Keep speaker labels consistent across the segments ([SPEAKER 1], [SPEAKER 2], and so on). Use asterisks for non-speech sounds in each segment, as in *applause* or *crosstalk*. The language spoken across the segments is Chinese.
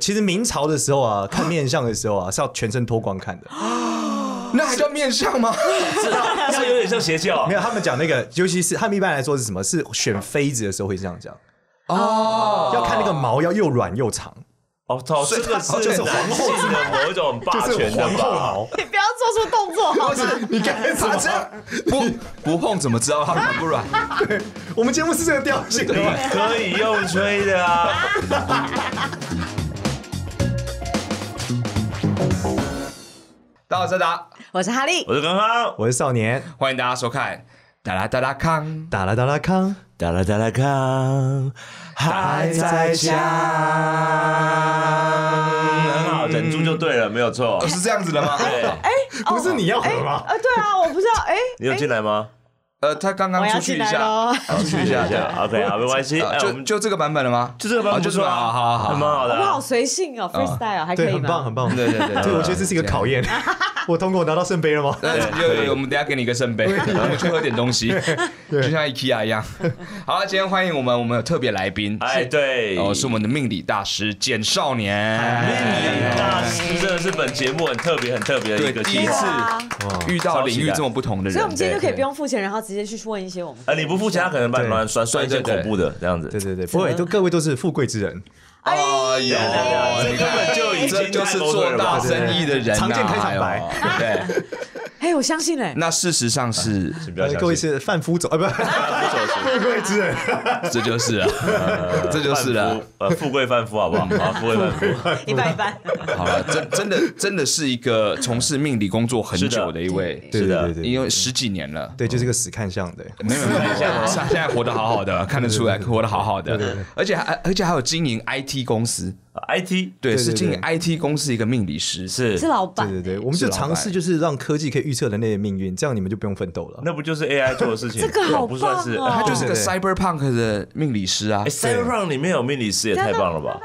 [SPEAKER 1] 其实明朝的时候啊，看面相的时候啊，是要全身脱光看的。
[SPEAKER 2] 那还叫面相吗？
[SPEAKER 3] 这这有点 *laughs* 像邪教
[SPEAKER 1] 没。有，他们讲那个，尤其是他们一般来说是什么？是选妃子的时候会这样讲，
[SPEAKER 2] 哦，
[SPEAKER 1] 要看那个毛要又软又长，
[SPEAKER 3] 哦，操，这个
[SPEAKER 1] 哦就是是
[SPEAKER 3] 男
[SPEAKER 1] 皇后
[SPEAKER 3] 性的某一种霸
[SPEAKER 1] 就是
[SPEAKER 3] 权的
[SPEAKER 1] 皇后
[SPEAKER 3] 吧？
[SPEAKER 2] 啊
[SPEAKER 1] 毛。
[SPEAKER 4] 你不要做出动作好吗？
[SPEAKER 1] 你干什
[SPEAKER 2] 他这
[SPEAKER 1] 么？
[SPEAKER 2] 样 *laughs* 不不碰怎么知道它软不软？
[SPEAKER 1] 我们节目是这个调性的
[SPEAKER 3] 你
[SPEAKER 1] 吗？
[SPEAKER 3] 可以用吹
[SPEAKER 2] *laughs*
[SPEAKER 3] 的啊。
[SPEAKER 2] 大家好，我是达达，
[SPEAKER 4] 我是哈利，
[SPEAKER 3] 我是刚刚，
[SPEAKER 1] 我是少年，
[SPEAKER 2] 欢迎大家收看《达啦达啦康
[SPEAKER 1] 达拉达拉康，
[SPEAKER 3] 哒啦哒啦康还在讲，很好，忍住就对了，没有
[SPEAKER 2] *laughs*
[SPEAKER 3] 错》，。
[SPEAKER 2] 哦是这样子的吗？
[SPEAKER 3] 对，
[SPEAKER 1] 不是你要合
[SPEAKER 4] 啊
[SPEAKER 1] 吗？，
[SPEAKER 4] 呃对啊，我不知道，哎，
[SPEAKER 3] 你有进来吗？
[SPEAKER 2] 呃，他刚
[SPEAKER 4] 我
[SPEAKER 2] 刚
[SPEAKER 4] 要
[SPEAKER 2] 出去
[SPEAKER 4] 进
[SPEAKER 2] 一
[SPEAKER 4] 来
[SPEAKER 2] 下，
[SPEAKER 4] 喽。
[SPEAKER 2] 出去一下，对啊。
[SPEAKER 3] ，OK 好，没关系。
[SPEAKER 2] 啊
[SPEAKER 3] 哎，我
[SPEAKER 2] 就
[SPEAKER 3] 们
[SPEAKER 2] 就这个版本了吗？
[SPEAKER 3] 就这个
[SPEAKER 2] 啊
[SPEAKER 3] 版
[SPEAKER 2] 就
[SPEAKER 3] 本
[SPEAKER 2] 这个，好好好
[SPEAKER 3] 还蛮
[SPEAKER 2] 好，
[SPEAKER 3] 好
[SPEAKER 4] 我
[SPEAKER 3] 的
[SPEAKER 4] 们好
[SPEAKER 3] 啊。
[SPEAKER 4] 随性哦，freestyle 还可
[SPEAKER 1] 对，
[SPEAKER 4] 以
[SPEAKER 1] 很棒，
[SPEAKER 4] 吗？
[SPEAKER 1] 很棒。
[SPEAKER 2] 对对对，
[SPEAKER 1] 对，我觉得这是一个考
[SPEAKER 3] *laughs*
[SPEAKER 1] 验。我通过拿到圣杯了吗？
[SPEAKER 2] 呃，有有有，我们等一下给你一个圣杯，我们去喝点东西，就像 IKEA 一
[SPEAKER 3] *laughs*
[SPEAKER 2] 样。好了，今天欢迎我们，我们有特别来宾，
[SPEAKER 3] 哎，对，
[SPEAKER 2] 哦，是我们的命理大师简少年，哎
[SPEAKER 3] 大师真的是本节目很特别、很特别的一
[SPEAKER 2] 对，
[SPEAKER 3] 个
[SPEAKER 2] 第
[SPEAKER 3] 系
[SPEAKER 2] 一
[SPEAKER 3] 列
[SPEAKER 2] 次
[SPEAKER 4] 哇
[SPEAKER 2] 遇到领域这么不同的人，
[SPEAKER 4] 所以我们今天就可以
[SPEAKER 2] 对
[SPEAKER 4] 不用付钱，然后直接去问一些我们
[SPEAKER 3] 啊，你不付钱，他可能把你乱算算一些恐怖的这样子。
[SPEAKER 1] 对对对，不会，都各位都是富贵之人，
[SPEAKER 4] 哎
[SPEAKER 2] 哎呦
[SPEAKER 3] 对，
[SPEAKER 2] 你
[SPEAKER 3] 这根本
[SPEAKER 2] 看，
[SPEAKER 3] 就已
[SPEAKER 2] 这
[SPEAKER 3] 经
[SPEAKER 2] 就是做大生意的人呐，
[SPEAKER 1] 常见开场白
[SPEAKER 2] 哎呦。对，
[SPEAKER 4] 哎，我相信哎，
[SPEAKER 2] 那事实上是，
[SPEAKER 3] 不要
[SPEAKER 1] 各位
[SPEAKER 3] 相信，
[SPEAKER 1] 是贩夫走啊，
[SPEAKER 2] 哎
[SPEAKER 1] 不， *laughs*
[SPEAKER 3] *laughs*
[SPEAKER 1] 富贵之人。
[SPEAKER 2] 这就是了，这就是了。嗯
[SPEAKER 3] 呃，富贵贩夫好不好？啊，富贵贩夫，
[SPEAKER 4] 一般一般。
[SPEAKER 2] 好了，真真的真的是一个从事命理工作很久的一位，
[SPEAKER 1] 对
[SPEAKER 3] 是的
[SPEAKER 1] 对对
[SPEAKER 2] 因
[SPEAKER 1] 对，
[SPEAKER 2] 为十几年了。
[SPEAKER 1] 对，就是个死看相的。
[SPEAKER 2] 没有没有，没有现在现在活得好好的，看得出来活得好好的，而且还而且还有经营 IT 公司，
[SPEAKER 3] 啊 IT
[SPEAKER 2] 对，
[SPEAKER 1] 对
[SPEAKER 2] 是经营
[SPEAKER 1] 对
[SPEAKER 2] IT 公司一个命理师，
[SPEAKER 3] 是
[SPEAKER 4] 是老
[SPEAKER 1] 对
[SPEAKER 4] 板，
[SPEAKER 1] 对对，我们就尝试就是让科技可以预测人类的命运，这样你们就不用奋斗了。
[SPEAKER 3] 那不就是 AI 做的事
[SPEAKER 4] *laughs*
[SPEAKER 3] 情？
[SPEAKER 4] 这个好
[SPEAKER 3] 不算是。
[SPEAKER 4] 棒哦
[SPEAKER 2] 他就是个
[SPEAKER 1] 对对
[SPEAKER 2] cyberpunk 的命理师啊
[SPEAKER 3] 哎，，Cyberpunk 里面有命理师也太棒了吧！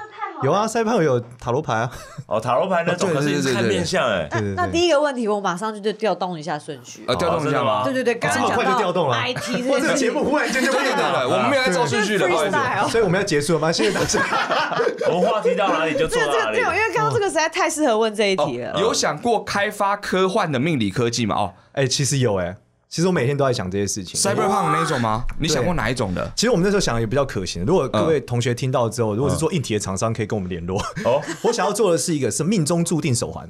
[SPEAKER 1] 有啊，赛胖有塔罗牌啊。
[SPEAKER 3] 哦，塔罗牌那种，
[SPEAKER 2] 哦对
[SPEAKER 3] 可
[SPEAKER 2] 对
[SPEAKER 3] 是你是看
[SPEAKER 2] 对对
[SPEAKER 3] 面相哎，
[SPEAKER 4] 那
[SPEAKER 1] 对对
[SPEAKER 4] 那第一个问题，我马上就就调动一下顺序
[SPEAKER 2] 呃，。调动一下
[SPEAKER 3] 哦
[SPEAKER 2] 吗？
[SPEAKER 4] 对对对，刚刚
[SPEAKER 1] 这么
[SPEAKER 4] 讲
[SPEAKER 1] 快
[SPEAKER 4] 到
[SPEAKER 1] 就调动了
[SPEAKER 4] IT 这
[SPEAKER 1] 哇，
[SPEAKER 4] 件
[SPEAKER 1] 这
[SPEAKER 4] 事
[SPEAKER 1] 个节目忽然间就
[SPEAKER 2] 对对
[SPEAKER 1] 变
[SPEAKER 2] 对， *laughs*
[SPEAKER 1] 了，
[SPEAKER 2] 我们没有在照顺序
[SPEAKER 4] 是
[SPEAKER 2] 的，不好意思。
[SPEAKER 4] freestyle。
[SPEAKER 1] 所以我们要结束了吗？谢谢大家。 *laughs*
[SPEAKER 3] 我们话题到哪里就
[SPEAKER 4] 这
[SPEAKER 3] 做
[SPEAKER 4] 个这
[SPEAKER 3] 哪
[SPEAKER 4] 个
[SPEAKER 3] 里
[SPEAKER 4] 对，因。为刚刚这个实在太适合问这一
[SPEAKER 2] 哦
[SPEAKER 4] 题了。
[SPEAKER 2] 有想过开发科幻的命理科技吗？哦
[SPEAKER 1] 哎，其实有哎，其实我每天都在想这些事情。
[SPEAKER 2] ，cyberpunk 那种吗？你想过哪一种的？
[SPEAKER 1] 其实我们那时候想的也比较可行。如果各位同学听到之后，如果是做硬体的厂商，可以跟我们联络。 *laughs*
[SPEAKER 3] 哦，
[SPEAKER 1] 我想要做的是一个是命中注定手环，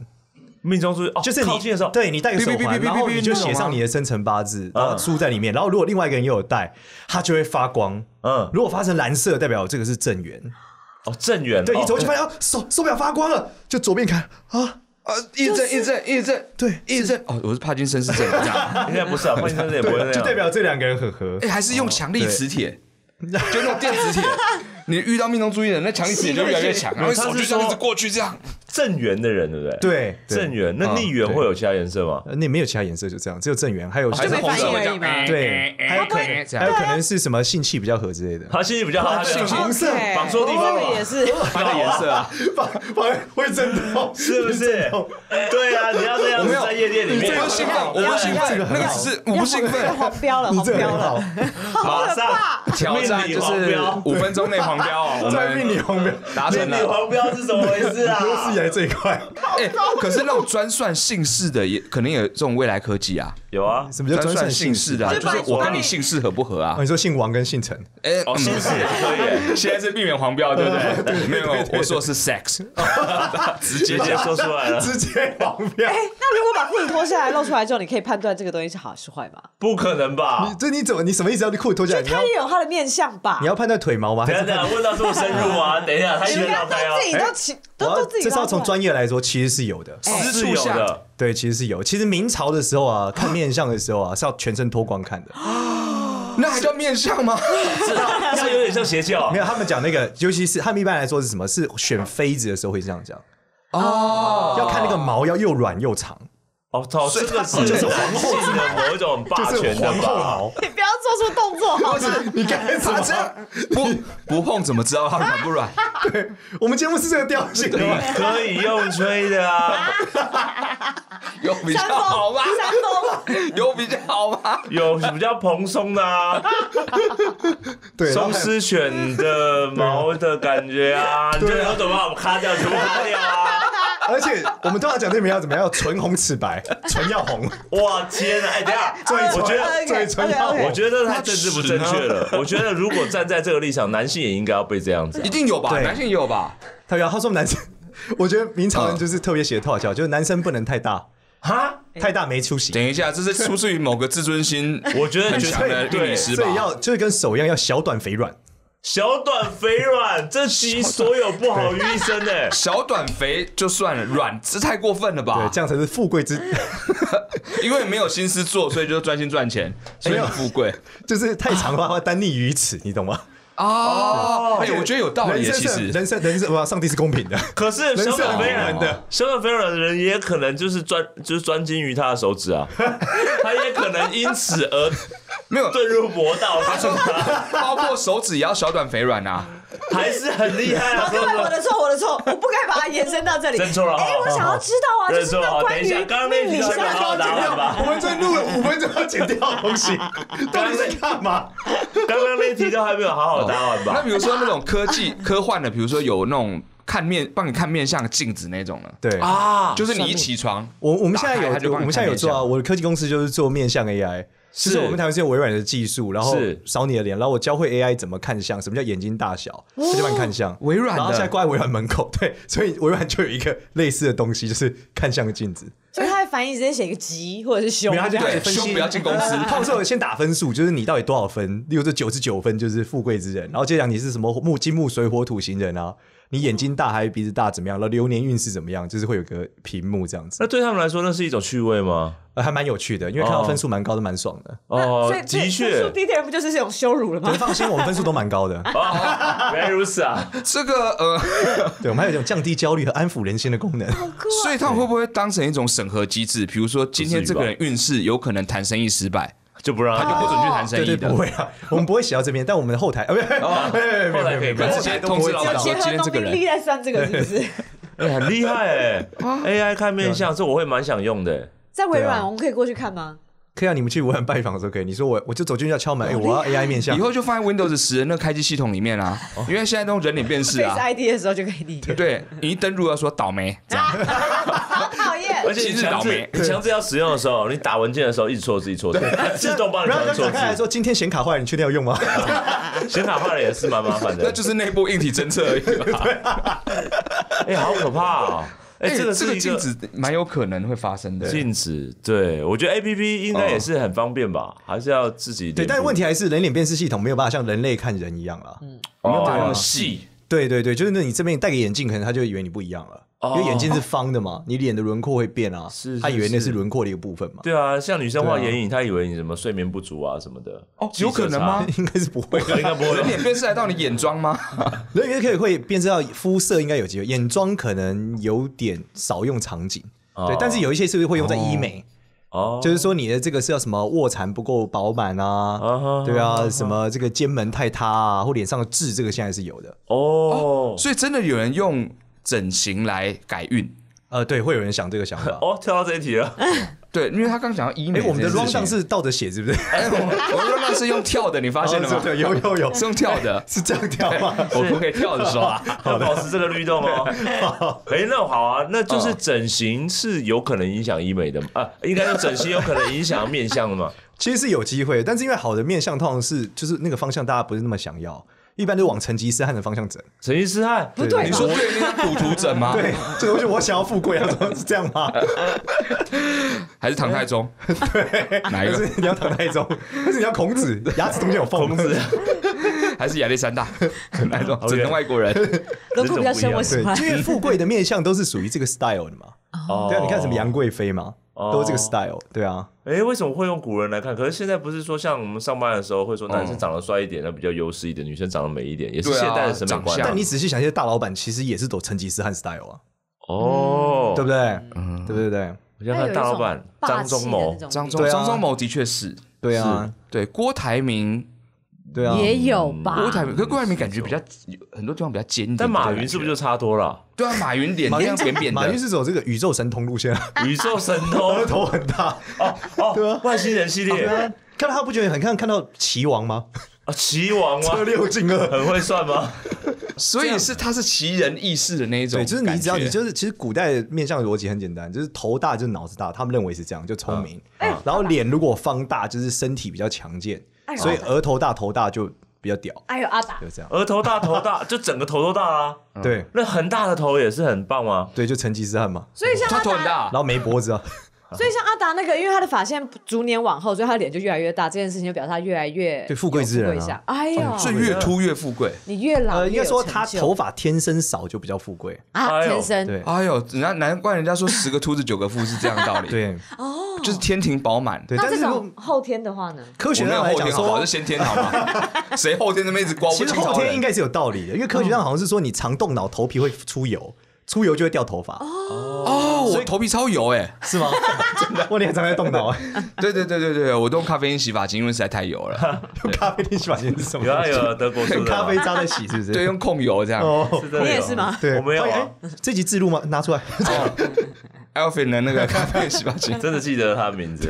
[SPEAKER 3] 命中注定哦，
[SPEAKER 1] 就是你
[SPEAKER 3] 靠近的时候，
[SPEAKER 1] 对你戴个手
[SPEAKER 2] 哔哔哔哔哔
[SPEAKER 1] 环，
[SPEAKER 2] 哔
[SPEAKER 1] 然后你就
[SPEAKER 2] 那种吗
[SPEAKER 1] 写上你的生辰八字，然后输在里面。然后如果另外一个人也有戴，它就会发光。
[SPEAKER 3] 嗯，
[SPEAKER 1] 如果发成蓝色，代表这个是正缘。
[SPEAKER 3] 哦，正缘，
[SPEAKER 1] 对，
[SPEAKER 3] 哦
[SPEAKER 1] 一走就发现啊手手表发光了，就左边看啊，
[SPEAKER 2] 呃，抑郁症，抑郁症，抑郁症，
[SPEAKER 1] 对，
[SPEAKER 2] 抑郁症。哦，我是帕金森氏症，这样。
[SPEAKER 3] 应该不是啊，换先生也不会那样，
[SPEAKER 1] 就代表这两个人很合
[SPEAKER 2] 哎，。还是用强力磁铁，就那种电磁铁。你遇到命中注意的人，那强力磁铁就越来越强，然后手就这样一直过去，这样。
[SPEAKER 3] 正缘的人，对不对？
[SPEAKER 1] 对，对
[SPEAKER 3] 正缘，
[SPEAKER 2] 嗯
[SPEAKER 3] 那逆缘
[SPEAKER 1] 对
[SPEAKER 3] 会有其他颜色吗？
[SPEAKER 1] 呃那没有其他颜色，就这样，只有正缘，还有
[SPEAKER 2] 哦还是红色会这样
[SPEAKER 4] 哎
[SPEAKER 1] 对，还有可
[SPEAKER 2] 哎
[SPEAKER 1] 能
[SPEAKER 2] 这
[SPEAKER 1] 还有
[SPEAKER 2] 样。
[SPEAKER 1] 可能是什么性气比较合之类的。
[SPEAKER 3] 他心情比较好，他心情
[SPEAKER 1] 红色
[SPEAKER 4] OK，
[SPEAKER 3] 绑错地方了
[SPEAKER 4] 这个也是。
[SPEAKER 2] 它的颜色啊，
[SPEAKER 1] 反反而会震动，
[SPEAKER 3] 是
[SPEAKER 2] *laughs*
[SPEAKER 3] 不是？对啊，你要这样
[SPEAKER 2] 我
[SPEAKER 3] 子
[SPEAKER 2] 没有
[SPEAKER 3] 在夜店里
[SPEAKER 2] 我
[SPEAKER 3] 面，
[SPEAKER 2] 不兴奋，我不兴
[SPEAKER 1] 这
[SPEAKER 2] 奋，
[SPEAKER 1] 个很好
[SPEAKER 2] 那个只是我不兴
[SPEAKER 4] 要
[SPEAKER 2] 奋。
[SPEAKER 4] 黄标了，
[SPEAKER 1] 你
[SPEAKER 4] 黄
[SPEAKER 1] 这个
[SPEAKER 4] 标
[SPEAKER 1] 很好
[SPEAKER 4] 了，，
[SPEAKER 3] 马上
[SPEAKER 2] 挑战就
[SPEAKER 3] 命理
[SPEAKER 2] 是
[SPEAKER 3] 黄标
[SPEAKER 2] 五分钟内黄标哦，
[SPEAKER 1] *laughs*
[SPEAKER 2] 我
[SPEAKER 1] 在命理
[SPEAKER 2] 们
[SPEAKER 1] 红标
[SPEAKER 2] 达成
[SPEAKER 3] 命理
[SPEAKER 2] 了。
[SPEAKER 3] 黄标是怎么回事啊？
[SPEAKER 1] 有史以来最快。
[SPEAKER 2] 哎，可是那种专算姓氏的，也可能有这种未来科技啊。
[SPEAKER 3] 有啊，
[SPEAKER 1] 什么叫专
[SPEAKER 2] 专算
[SPEAKER 1] 算
[SPEAKER 2] 姓
[SPEAKER 1] 姓
[SPEAKER 2] 氏
[SPEAKER 1] 氏
[SPEAKER 2] 的啊，
[SPEAKER 1] 的？
[SPEAKER 2] 就是我跟你姓氏合不合啊
[SPEAKER 1] 哦，？你说姓王跟姓陈，
[SPEAKER 2] 哎，
[SPEAKER 3] 哦，姓氏也可以，
[SPEAKER 2] 嗯现在是避免黄标，对不对？没有，没有我说的是 sex，直接
[SPEAKER 3] 姐姐
[SPEAKER 2] 讲。
[SPEAKER 3] 说出来
[SPEAKER 1] *laughs*
[SPEAKER 3] 了，
[SPEAKER 1] 直接黄标
[SPEAKER 4] 哎。，那如果把裤子脱下来露出来之后，你可以判断这个东西是好是坏吗？
[SPEAKER 3] 不可能吧
[SPEAKER 1] 你？这你怎么你什么意思？要裤子脱下来？你
[SPEAKER 4] 它
[SPEAKER 1] 要
[SPEAKER 4] 也有它的面相吧？
[SPEAKER 1] 你要判断腿毛吗？还
[SPEAKER 3] 等一
[SPEAKER 1] 是
[SPEAKER 3] 下等一下，问到这么深入啊？等一下，他一
[SPEAKER 4] 你
[SPEAKER 3] 直
[SPEAKER 4] 不要
[SPEAKER 3] 要
[SPEAKER 4] 都
[SPEAKER 3] 开啊
[SPEAKER 4] 自，己都起，
[SPEAKER 1] 我
[SPEAKER 4] 都
[SPEAKER 1] 要
[SPEAKER 4] 都自己
[SPEAKER 1] 这是要从专业来说，其实是有的。
[SPEAKER 2] 哎
[SPEAKER 3] 是有的，
[SPEAKER 1] 对，其实是有。其实明朝的时候啊，看面相的时候啊，是要全身脱光看的。
[SPEAKER 2] 那还叫面相吗？
[SPEAKER 3] 这这有点像邪教
[SPEAKER 1] 没。有，他们讲那个，尤其是他们一般来说是什么？是选妃子的时候会这样讲，
[SPEAKER 2] 哦，
[SPEAKER 1] 要看那个毛要又软又长，
[SPEAKER 3] 哦，操，这个是
[SPEAKER 1] 就是
[SPEAKER 3] 男性的某一种霸
[SPEAKER 1] 就是
[SPEAKER 3] 权的
[SPEAKER 1] 皇后
[SPEAKER 3] 吧？
[SPEAKER 5] *laughs*
[SPEAKER 1] 毛。
[SPEAKER 4] 你不要做出动作好吗？
[SPEAKER 1] 你 *laughs* 干什
[SPEAKER 2] 他这
[SPEAKER 1] 么？
[SPEAKER 2] 样不不碰怎么知道它软不软？
[SPEAKER 1] 我们节目是这个调性的
[SPEAKER 3] 你
[SPEAKER 1] 吗？
[SPEAKER 3] 啊可以用吹的啊，
[SPEAKER 2] 有比较
[SPEAKER 4] 三
[SPEAKER 2] 好
[SPEAKER 4] 封
[SPEAKER 2] 吗？
[SPEAKER 4] 三封，
[SPEAKER 2] 有比较好吗？
[SPEAKER 3] 有比较蓬松的啊，
[SPEAKER 1] 对，然后
[SPEAKER 3] 松
[SPEAKER 1] 还有
[SPEAKER 3] 狮犬的毛的感觉啊，你就
[SPEAKER 1] 对啊
[SPEAKER 3] 要怎么把我们咔掉，全部咔掉啊！
[SPEAKER 1] 而且我们通常讲这名要怎么样，要唇红齿白，唇要红，
[SPEAKER 3] 哇天啊！哎，等一下，
[SPEAKER 1] 嘴唇
[SPEAKER 3] 我觉得。
[SPEAKER 4] OK，
[SPEAKER 1] 嘴唇要
[SPEAKER 4] OK，OK
[SPEAKER 3] 我觉得太政治不正确了。我觉得如果站在这个立场，男性也应该要被这样子啊
[SPEAKER 2] 一。定有吧，
[SPEAKER 1] 对
[SPEAKER 2] 男性也有吧。
[SPEAKER 1] 他要他说男生，我觉得明朝
[SPEAKER 3] 嗯
[SPEAKER 1] 人就是特别写的特好笑，就是男生不能太大，
[SPEAKER 3] 哈，
[SPEAKER 1] 太大没出息。
[SPEAKER 2] 等一下，这是出自于某个自尊心
[SPEAKER 3] 我觉得
[SPEAKER 2] 很
[SPEAKER 3] 觉
[SPEAKER 2] 强的
[SPEAKER 3] 得
[SPEAKER 2] 律
[SPEAKER 3] 对
[SPEAKER 2] 理呃师
[SPEAKER 1] 所以
[SPEAKER 2] 吧？
[SPEAKER 1] 要就是跟手一样，要小短肥软。
[SPEAKER 3] 小短肥软，这集所有不好于一身哎。
[SPEAKER 2] 小短肥就算了，软这太过分了
[SPEAKER 1] 对
[SPEAKER 2] 吧，
[SPEAKER 1] 这？样才是富贵之， *laughs*
[SPEAKER 2] 因为没有心思做，所以就专心赚钱，所以很富贵
[SPEAKER 1] 就是太长的话会单立于此，你懂吗？
[SPEAKER 2] 哦。哎，我觉得有道理
[SPEAKER 1] 人
[SPEAKER 2] 耶，
[SPEAKER 1] 生
[SPEAKER 2] 其
[SPEAKER 1] 是
[SPEAKER 2] 实
[SPEAKER 1] 人生人生，哇，上帝是公
[SPEAKER 2] *laughs*
[SPEAKER 1] 平的，
[SPEAKER 3] 可是小短肥
[SPEAKER 1] 人是很
[SPEAKER 3] 软
[SPEAKER 1] 无聊的，
[SPEAKER 3] 小短肥软的人也可能就是专就是专精于他的手指啊，他也可能因此而
[SPEAKER 2] 没有，
[SPEAKER 3] 遁入魔道，他说
[SPEAKER 2] *laughs* 包括手指也要小短肥软啊。
[SPEAKER 3] 还是很厉害啊，说
[SPEAKER 4] 看来我
[SPEAKER 3] 说。
[SPEAKER 4] 的错，我的错，我不该把它延伸到这里。
[SPEAKER 3] 真错了
[SPEAKER 4] 哎，
[SPEAKER 3] 好
[SPEAKER 4] 我想要知道啊，
[SPEAKER 3] 认
[SPEAKER 4] 就是
[SPEAKER 3] 错
[SPEAKER 4] 那
[SPEAKER 3] 好
[SPEAKER 4] 关
[SPEAKER 3] 等一下
[SPEAKER 4] 于
[SPEAKER 3] 刚刚那
[SPEAKER 4] 命理
[SPEAKER 3] 题
[SPEAKER 4] 上
[SPEAKER 3] 先
[SPEAKER 4] 的
[SPEAKER 3] 不要答案吧
[SPEAKER 1] 我们这录了五分钟要剪掉的东
[SPEAKER 2] *laughs*
[SPEAKER 1] 西，到底在干嘛？
[SPEAKER 3] 刚刚那题都还没有好好答完
[SPEAKER 2] 那
[SPEAKER 3] 吧？
[SPEAKER 2] 比如说那种科
[SPEAKER 1] *laughs*
[SPEAKER 2] 技科幻的，比如说有那种看面帮你看面相镜子那种的，
[SPEAKER 1] 对
[SPEAKER 3] 啊，
[SPEAKER 2] 就是你一起床，
[SPEAKER 1] 我我们现在
[SPEAKER 2] 打开它就
[SPEAKER 1] 有，我
[SPEAKER 2] 帮你
[SPEAKER 1] 们现在有做啊。
[SPEAKER 2] 看
[SPEAKER 1] 我的科技公司就是做面向 AI，就是我们台湾是用微软的技术，然后
[SPEAKER 3] 是
[SPEAKER 1] 扫你的脸，然后我教会 AI 怎么看相，什么叫眼睛大小，它就帮你看相。
[SPEAKER 2] 哦微软的
[SPEAKER 1] 然后现在挂在微软门口，对，所以微软就有一个类似的东西，就是看相镜子。
[SPEAKER 4] 所以它的翻译直接写个吉或者是凶
[SPEAKER 1] 没有，他就开始
[SPEAKER 2] 对
[SPEAKER 1] 分析，
[SPEAKER 2] 凶不要进公司
[SPEAKER 1] 他们说先打分数，就是你到底多少分，例如这九十九分就是富贵之人，然后接着讲你是什么木金木水火土型人啊，你眼睛大还是鼻子大怎么样，然后流年运势怎么样，就是会有个屏幕这样子，
[SPEAKER 3] 那对他们来说，那是一种趣味吗？
[SPEAKER 1] 呃，还蛮有趣的，因为看到分数蛮高的，蛮爽的。
[SPEAKER 3] 哦
[SPEAKER 4] 所以，
[SPEAKER 3] 的
[SPEAKER 4] 分数
[SPEAKER 3] 确，
[SPEAKER 4] 低的人不就是这种羞
[SPEAKER 5] 哦
[SPEAKER 4] 辱了吗
[SPEAKER 1] 你？放心，我们分数都蛮高的。
[SPEAKER 3] 哦，原来如此啊！
[SPEAKER 2] 这个呃，
[SPEAKER 1] 对，我们还有一种降低焦虑和安抚人心的功能。
[SPEAKER 2] 所以他们会不会当成一种审核机制？比如说今天这个人运势有可能谈生意失败，
[SPEAKER 3] 就不让
[SPEAKER 2] 他就不
[SPEAKER 3] 他
[SPEAKER 2] 准去谈生
[SPEAKER 1] 对啊
[SPEAKER 2] 意
[SPEAKER 1] 对，
[SPEAKER 2] 的
[SPEAKER 1] 不。会啊，我们不会写到这边，但我们的后台，啊，不是，
[SPEAKER 3] *laughs* 后来可以看
[SPEAKER 1] 后
[SPEAKER 2] 直接
[SPEAKER 1] 台都
[SPEAKER 2] 通
[SPEAKER 1] 不
[SPEAKER 2] 知
[SPEAKER 1] 会
[SPEAKER 2] 老
[SPEAKER 1] 知
[SPEAKER 2] 板
[SPEAKER 1] 道
[SPEAKER 2] 说
[SPEAKER 4] 结合农民力在算这个是不是？
[SPEAKER 3] 哎很厉害哎，AI 看面相，这我会蛮想用的。
[SPEAKER 5] 哎
[SPEAKER 4] 在微
[SPEAKER 1] 对啊
[SPEAKER 4] 软，我们可以过去看吗？
[SPEAKER 1] 可以啊，你们去武汉拜访的时候可以。你说我，我就走进去要敲门，哎，我要 AI 面相
[SPEAKER 2] 以，后就放在 Windows 十的那个开机系统里面啊，
[SPEAKER 1] 哦
[SPEAKER 2] 因为现在都用人脸辨识
[SPEAKER 4] Face
[SPEAKER 2] 啊。
[SPEAKER 4] ID 的时候就可以理。
[SPEAKER 2] 对，你一登录要说倒霉，
[SPEAKER 5] *laughs*
[SPEAKER 2] 这样
[SPEAKER 4] 好讨厌
[SPEAKER 3] 而，且你
[SPEAKER 2] 今日
[SPEAKER 3] 强
[SPEAKER 2] 倒
[SPEAKER 3] 制
[SPEAKER 2] 霉
[SPEAKER 3] 你强制要使用的时候，你打文件的时候一直错字一直错字，它 *laughs* 自动帮你
[SPEAKER 1] 然后他
[SPEAKER 3] 调错
[SPEAKER 1] 打开来
[SPEAKER 3] 字。
[SPEAKER 1] 说，今天显卡坏了，你确定要用吗？
[SPEAKER 3] *laughs* 显卡坏了也是蛮麻烦
[SPEAKER 2] *laughs* 那
[SPEAKER 3] 的，
[SPEAKER 2] 就是内部硬体侦测而 *laughs* 已吧。
[SPEAKER 3] 哎，好可怕啊！哎，
[SPEAKER 2] 哎，
[SPEAKER 3] 这个
[SPEAKER 2] 这
[SPEAKER 3] 是
[SPEAKER 2] 个
[SPEAKER 3] 一
[SPEAKER 2] 镜
[SPEAKER 3] 个
[SPEAKER 2] 子蛮有可能会发生的。
[SPEAKER 3] 禁止，对我觉得 A P P 应该也是很方便吧，还是要自己
[SPEAKER 1] 对，但问
[SPEAKER 3] 题
[SPEAKER 1] 题还是人脸辨识系统没有办法像人类看人一样了。
[SPEAKER 2] 没有办法
[SPEAKER 3] 那
[SPEAKER 2] 那
[SPEAKER 3] 么
[SPEAKER 2] 么
[SPEAKER 3] 细
[SPEAKER 1] 对对对，就是那你这边戴个眼镜，可能他就以为你不一样了，因为眼睛是方的 *laughs* 嘛，你脸的轮廓会变啊
[SPEAKER 3] 是，
[SPEAKER 1] 他以为那
[SPEAKER 3] 是
[SPEAKER 1] 哦是轮廓的一个部分嘛。
[SPEAKER 3] 对啊，像女生画眼影，她以为你什么睡眠不足啊什么的，
[SPEAKER 2] 哦有可能吗
[SPEAKER 1] *laughs* *laughs*
[SPEAKER 2] 哦
[SPEAKER 1] 应该是不会，啊
[SPEAKER 3] 应该不会
[SPEAKER 2] *laughs* 人脸辨识来到你眼妆吗？ *laughs*
[SPEAKER 1] 人也可以会辨识到肤色，应该有机会。眼妆可能有点少用场景，
[SPEAKER 3] 哦
[SPEAKER 1] 对，但是有一些是会用在医美，
[SPEAKER 3] 哦，
[SPEAKER 1] 就是说你的这个是要什么卧蚕不够饱满
[SPEAKER 3] 啊
[SPEAKER 1] 啊
[SPEAKER 3] 哈，
[SPEAKER 1] 对啊，什么这个肩门太塌啊，或脸上的痣，这个现在是有的。
[SPEAKER 3] 哦
[SPEAKER 2] 所以真的有人用整形来改运。
[SPEAKER 1] 呃，对，会有人想这个想法。
[SPEAKER 3] 哦，跳到这一题了，
[SPEAKER 2] 对，因为他刚讲到医
[SPEAKER 1] 哎、
[SPEAKER 2] 美这
[SPEAKER 1] 我
[SPEAKER 2] 件
[SPEAKER 1] 们的
[SPEAKER 2] 事
[SPEAKER 1] r
[SPEAKER 2] 情，
[SPEAKER 1] o u n d 是倒着写，是不是？
[SPEAKER 2] 哎，我我们 run 哦是用跳的，你发
[SPEAKER 1] *laughs*
[SPEAKER 2] 现了吗？
[SPEAKER 1] 哦对，有有
[SPEAKER 2] *laughs*
[SPEAKER 1] 有，，
[SPEAKER 2] 是用跳的哎
[SPEAKER 1] 是这样 *laughs* 跳吗？
[SPEAKER 2] 我不可以跳着说啊。
[SPEAKER 3] 要保持这个律动哦。哎，那好啊，那就是整形是有可能影响医美的嘛啊，应该说整形有可能影响面相的嘛。
[SPEAKER 1] 其实是有机会，但是因为好的面向通常是就是那个方向大家不是那么想要，一般都往成吉思汗的方向整。
[SPEAKER 3] 成吉思汗，
[SPEAKER 4] 不对
[SPEAKER 2] 你
[SPEAKER 4] 吧？
[SPEAKER 2] 说对那个赌徒枕吗？
[SPEAKER 1] 对， *laughs* 这个我就我想要富贵啊，说是这样吗？
[SPEAKER 2] 还是唐太宗？对，哪一
[SPEAKER 1] 可
[SPEAKER 2] 个？
[SPEAKER 1] 是你要唐太宗， *laughs* 但是你要孔子，牙齿中间有缝。孔子，
[SPEAKER 2] 还是亚历山大？哪一种？
[SPEAKER 3] OK
[SPEAKER 2] 整个外国人？
[SPEAKER 4] 轮廓比较深，我喜
[SPEAKER 5] *laughs*
[SPEAKER 1] 对
[SPEAKER 4] 欢，。
[SPEAKER 1] 因为富贵的面相都是属于这个 style 的嘛。
[SPEAKER 3] 哦
[SPEAKER 1] 对啊，你看什么杨贵妃嘛，
[SPEAKER 2] 哦
[SPEAKER 1] 都是这个 style。对啊，
[SPEAKER 3] 哎，为什么会用古人来看？可是现在不是说像我们上班的时候会说男生长得帅一点，那比较优势一点；女生长得美一点，也是
[SPEAKER 2] 对啊
[SPEAKER 3] 现代的审美观
[SPEAKER 2] 长
[SPEAKER 3] 啊。
[SPEAKER 1] 但你仔细想，一些大老板其实也是走成吉思汗 style 啊，
[SPEAKER 3] 哦，
[SPEAKER 1] 对不对？
[SPEAKER 2] 嗯
[SPEAKER 1] 对不对？
[SPEAKER 3] 我现在看大老板张忠谋，
[SPEAKER 2] 张
[SPEAKER 4] 张
[SPEAKER 2] 忠
[SPEAKER 1] 对啊
[SPEAKER 2] 张忠谋的确是，
[SPEAKER 1] 对啊，
[SPEAKER 2] 对郭台铭
[SPEAKER 1] 对啊，
[SPEAKER 5] 也有吧？
[SPEAKER 2] 郭台铭，可是郭台铭感觉比较很多地方比较尖一点
[SPEAKER 3] 但马云是不是就差多了？
[SPEAKER 2] 对啊？ *laughs* 马云脸这样扁扁的，
[SPEAKER 1] 马云是走这个宇宙神通路线啊，
[SPEAKER 2] *laughs*
[SPEAKER 3] 宇宙神
[SPEAKER 1] 他
[SPEAKER 3] 通
[SPEAKER 1] 的头很大。*laughs*
[SPEAKER 3] 哦
[SPEAKER 1] 对
[SPEAKER 3] 哦
[SPEAKER 1] 啊，
[SPEAKER 3] 外星人系列啊，
[SPEAKER 1] 看到他不觉得很看看到棋王吗？
[SPEAKER 3] 棋啊王吗？
[SPEAKER 1] 二六进二。
[SPEAKER 3] 很会算吗？
[SPEAKER 2] 所以是他是奇人异事的那一种
[SPEAKER 1] *laughs* 对，
[SPEAKER 2] 感
[SPEAKER 1] 就
[SPEAKER 2] 觉。
[SPEAKER 1] 是你只要你就是，其实古代的面向的逻辑很简单，就是头大就是脑子大，他们认为是这样，就聪
[SPEAKER 2] 嗯
[SPEAKER 1] 明。
[SPEAKER 2] 哎
[SPEAKER 1] 啊然后脸如果放大，就是身体比较强健，
[SPEAKER 5] 哎呦
[SPEAKER 1] 所以额头大头大就比较屌，
[SPEAKER 5] 哎呦阿达
[SPEAKER 1] 就，这样。
[SPEAKER 3] 额头大，头
[SPEAKER 5] *laughs*
[SPEAKER 3] 大，就整个头都大啦。
[SPEAKER 2] 嗯
[SPEAKER 1] 对
[SPEAKER 3] 那很大的头也是很棒吗？
[SPEAKER 1] 对，就成吉思汗嘛，
[SPEAKER 5] 所以像
[SPEAKER 2] 他
[SPEAKER 5] 阿
[SPEAKER 2] 头很
[SPEAKER 5] 达，
[SPEAKER 2] 大
[SPEAKER 1] 然，后没脖子啊，
[SPEAKER 5] 所以像阿达那个，因为他的发线逐年往后，所以他的脸就越来越大，这件事情就表示他越来越
[SPEAKER 1] 对富贵之人啊
[SPEAKER 5] 有富相哎呀，
[SPEAKER 2] 所以越秃越富贵。
[SPEAKER 5] 你越 *laughs* 老
[SPEAKER 1] 呃，
[SPEAKER 5] 越
[SPEAKER 1] 应
[SPEAKER 5] 有
[SPEAKER 1] 该说
[SPEAKER 5] 成
[SPEAKER 1] 他
[SPEAKER 5] 就
[SPEAKER 1] 头发天生少就比较富贵，
[SPEAKER 5] 啊
[SPEAKER 3] 哎呦
[SPEAKER 5] 天生
[SPEAKER 1] 对
[SPEAKER 2] 哎呦，人家难怪人家说十个秃子九个富是这样的道理，，
[SPEAKER 1] 对
[SPEAKER 2] 就是天庭饱满。
[SPEAKER 1] 对。
[SPEAKER 5] 那
[SPEAKER 1] 但
[SPEAKER 5] 这
[SPEAKER 1] 是如果
[SPEAKER 5] 种后天的话呢？
[SPEAKER 1] 科
[SPEAKER 2] 我
[SPEAKER 1] 学
[SPEAKER 2] 没有
[SPEAKER 1] 上来
[SPEAKER 2] 后
[SPEAKER 1] 讲
[SPEAKER 2] 天好不好？
[SPEAKER 1] 说
[SPEAKER 2] 是，先天好吗？谁后天那么一直光？
[SPEAKER 1] 其实
[SPEAKER 2] 我们清朝
[SPEAKER 1] 后天
[SPEAKER 2] 人
[SPEAKER 3] 欸
[SPEAKER 1] 应该是有道理的，因为科学上好像是说你常动脑，头皮会出油，出油就会掉头发，
[SPEAKER 2] 哦，我头皮超油哎。
[SPEAKER 1] 是
[SPEAKER 5] *laughs*
[SPEAKER 1] 吗？真的，我脸常在动脑啊，
[SPEAKER 2] 对对对对对，我都用咖啡因洗发精，因为实在太油了。
[SPEAKER 1] 用咖啡因洗发精是什么
[SPEAKER 3] 有
[SPEAKER 1] 东
[SPEAKER 3] 啊
[SPEAKER 1] 西？
[SPEAKER 3] 有啊，德国出的
[SPEAKER 1] *laughs* 咖
[SPEAKER 3] 嘛
[SPEAKER 1] 啡渣在洗是不是？
[SPEAKER 2] 对，用控油这样。
[SPEAKER 1] 哦，
[SPEAKER 3] 是真的有
[SPEAKER 5] 你也是吗
[SPEAKER 1] 对，
[SPEAKER 3] 我没有
[SPEAKER 1] 哎
[SPEAKER 3] 啊，
[SPEAKER 1] 哎这集自录吗？拿出来， *laughs*
[SPEAKER 2] Alvin 的那个咖啡因洗发精，
[SPEAKER 3] 真的记得他的名字。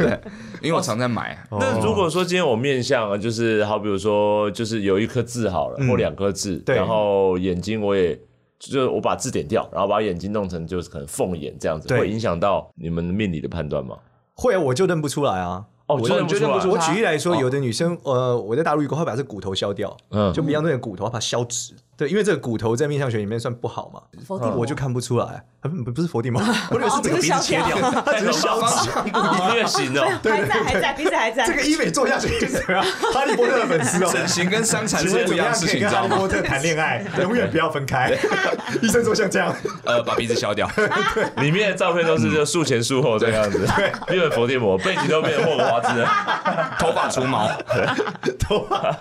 [SPEAKER 2] 因为我常在买。
[SPEAKER 3] 那
[SPEAKER 1] 哦
[SPEAKER 3] 如果说今天我面相啊，就是好比如说，就是有一颗痣好了，
[SPEAKER 1] 嗯
[SPEAKER 3] 或两颗痣，
[SPEAKER 1] 对
[SPEAKER 3] 然后眼睛我也就是我把痣点掉，然后把眼睛弄成就是可能凤眼这样子，
[SPEAKER 1] 对
[SPEAKER 3] 会影响到你们命理的判断吗？
[SPEAKER 1] 会啊我就认不出来啊。
[SPEAKER 3] 哦
[SPEAKER 1] 我
[SPEAKER 3] 就认不
[SPEAKER 1] 就
[SPEAKER 3] 出来
[SPEAKER 1] 我举例来说，有的女生，呃，我在大陆遇过，她把这骨头削掉，
[SPEAKER 3] 嗯
[SPEAKER 1] 就比方那个骨头，她把它削直。对，因为这个骨头在面相学里面算不好嘛，
[SPEAKER 5] 佛地魔
[SPEAKER 1] 我就看不出来，啊不不是
[SPEAKER 5] *laughs*
[SPEAKER 1] 佛地魔，我以为是整个
[SPEAKER 5] 哦
[SPEAKER 1] 鼻
[SPEAKER 5] 只
[SPEAKER 1] 子
[SPEAKER 5] 是
[SPEAKER 1] 切
[SPEAKER 5] 削掉
[SPEAKER 1] 掉，她只是削
[SPEAKER 3] 方
[SPEAKER 1] 直。
[SPEAKER 3] 向 *laughs* 不一定行哦。
[SPEAKER 5] *laughs* 还在还在，鼻子还在
[SPEAKER 1] 这。个医美做下去是怎
[SPEAKER 2] 啊
[SPEAKER 1] 么样？ *laughs* 哈利波特的粉丝哦，
[SPEAKER 2] 整形跟伤残
[SPEAKER 1] 请
[SPEAKER 2] 是
[SPEAKER 1] 问
[SPEAKER 2] 不
[SPEAKER 1] 怎
[SPEAKER 2] 一
[SPEAKER 1] 么
[SPEAKER 2] 样
[SPEAKER 1] 样
[SPEAKER 2] 的事
[SPEAKER 1] 可以
[SPEAKER 2] 情，你
[SPEAKER 1] 跟哈
[SPEAKER 2] 知道
[SPEAKER 1] 利
[SPEAKER 2] 吗
[SPEAKER 1] 波？特谈恋爱？永远不要分开。医生说像这样，
[SPEAKER 2] 呃，把鼻
[SPEAKER 1] *laughs*
[SPEAKER 2] 子削掉。
[SPEAKER 3] 里面的照片都是就术前术后这样子， *laughs* 变成伏地魔，背景都变成霍格华兹了。
[SPEAKER 2] 头发除毛，
[SPEAKER 1] 头发，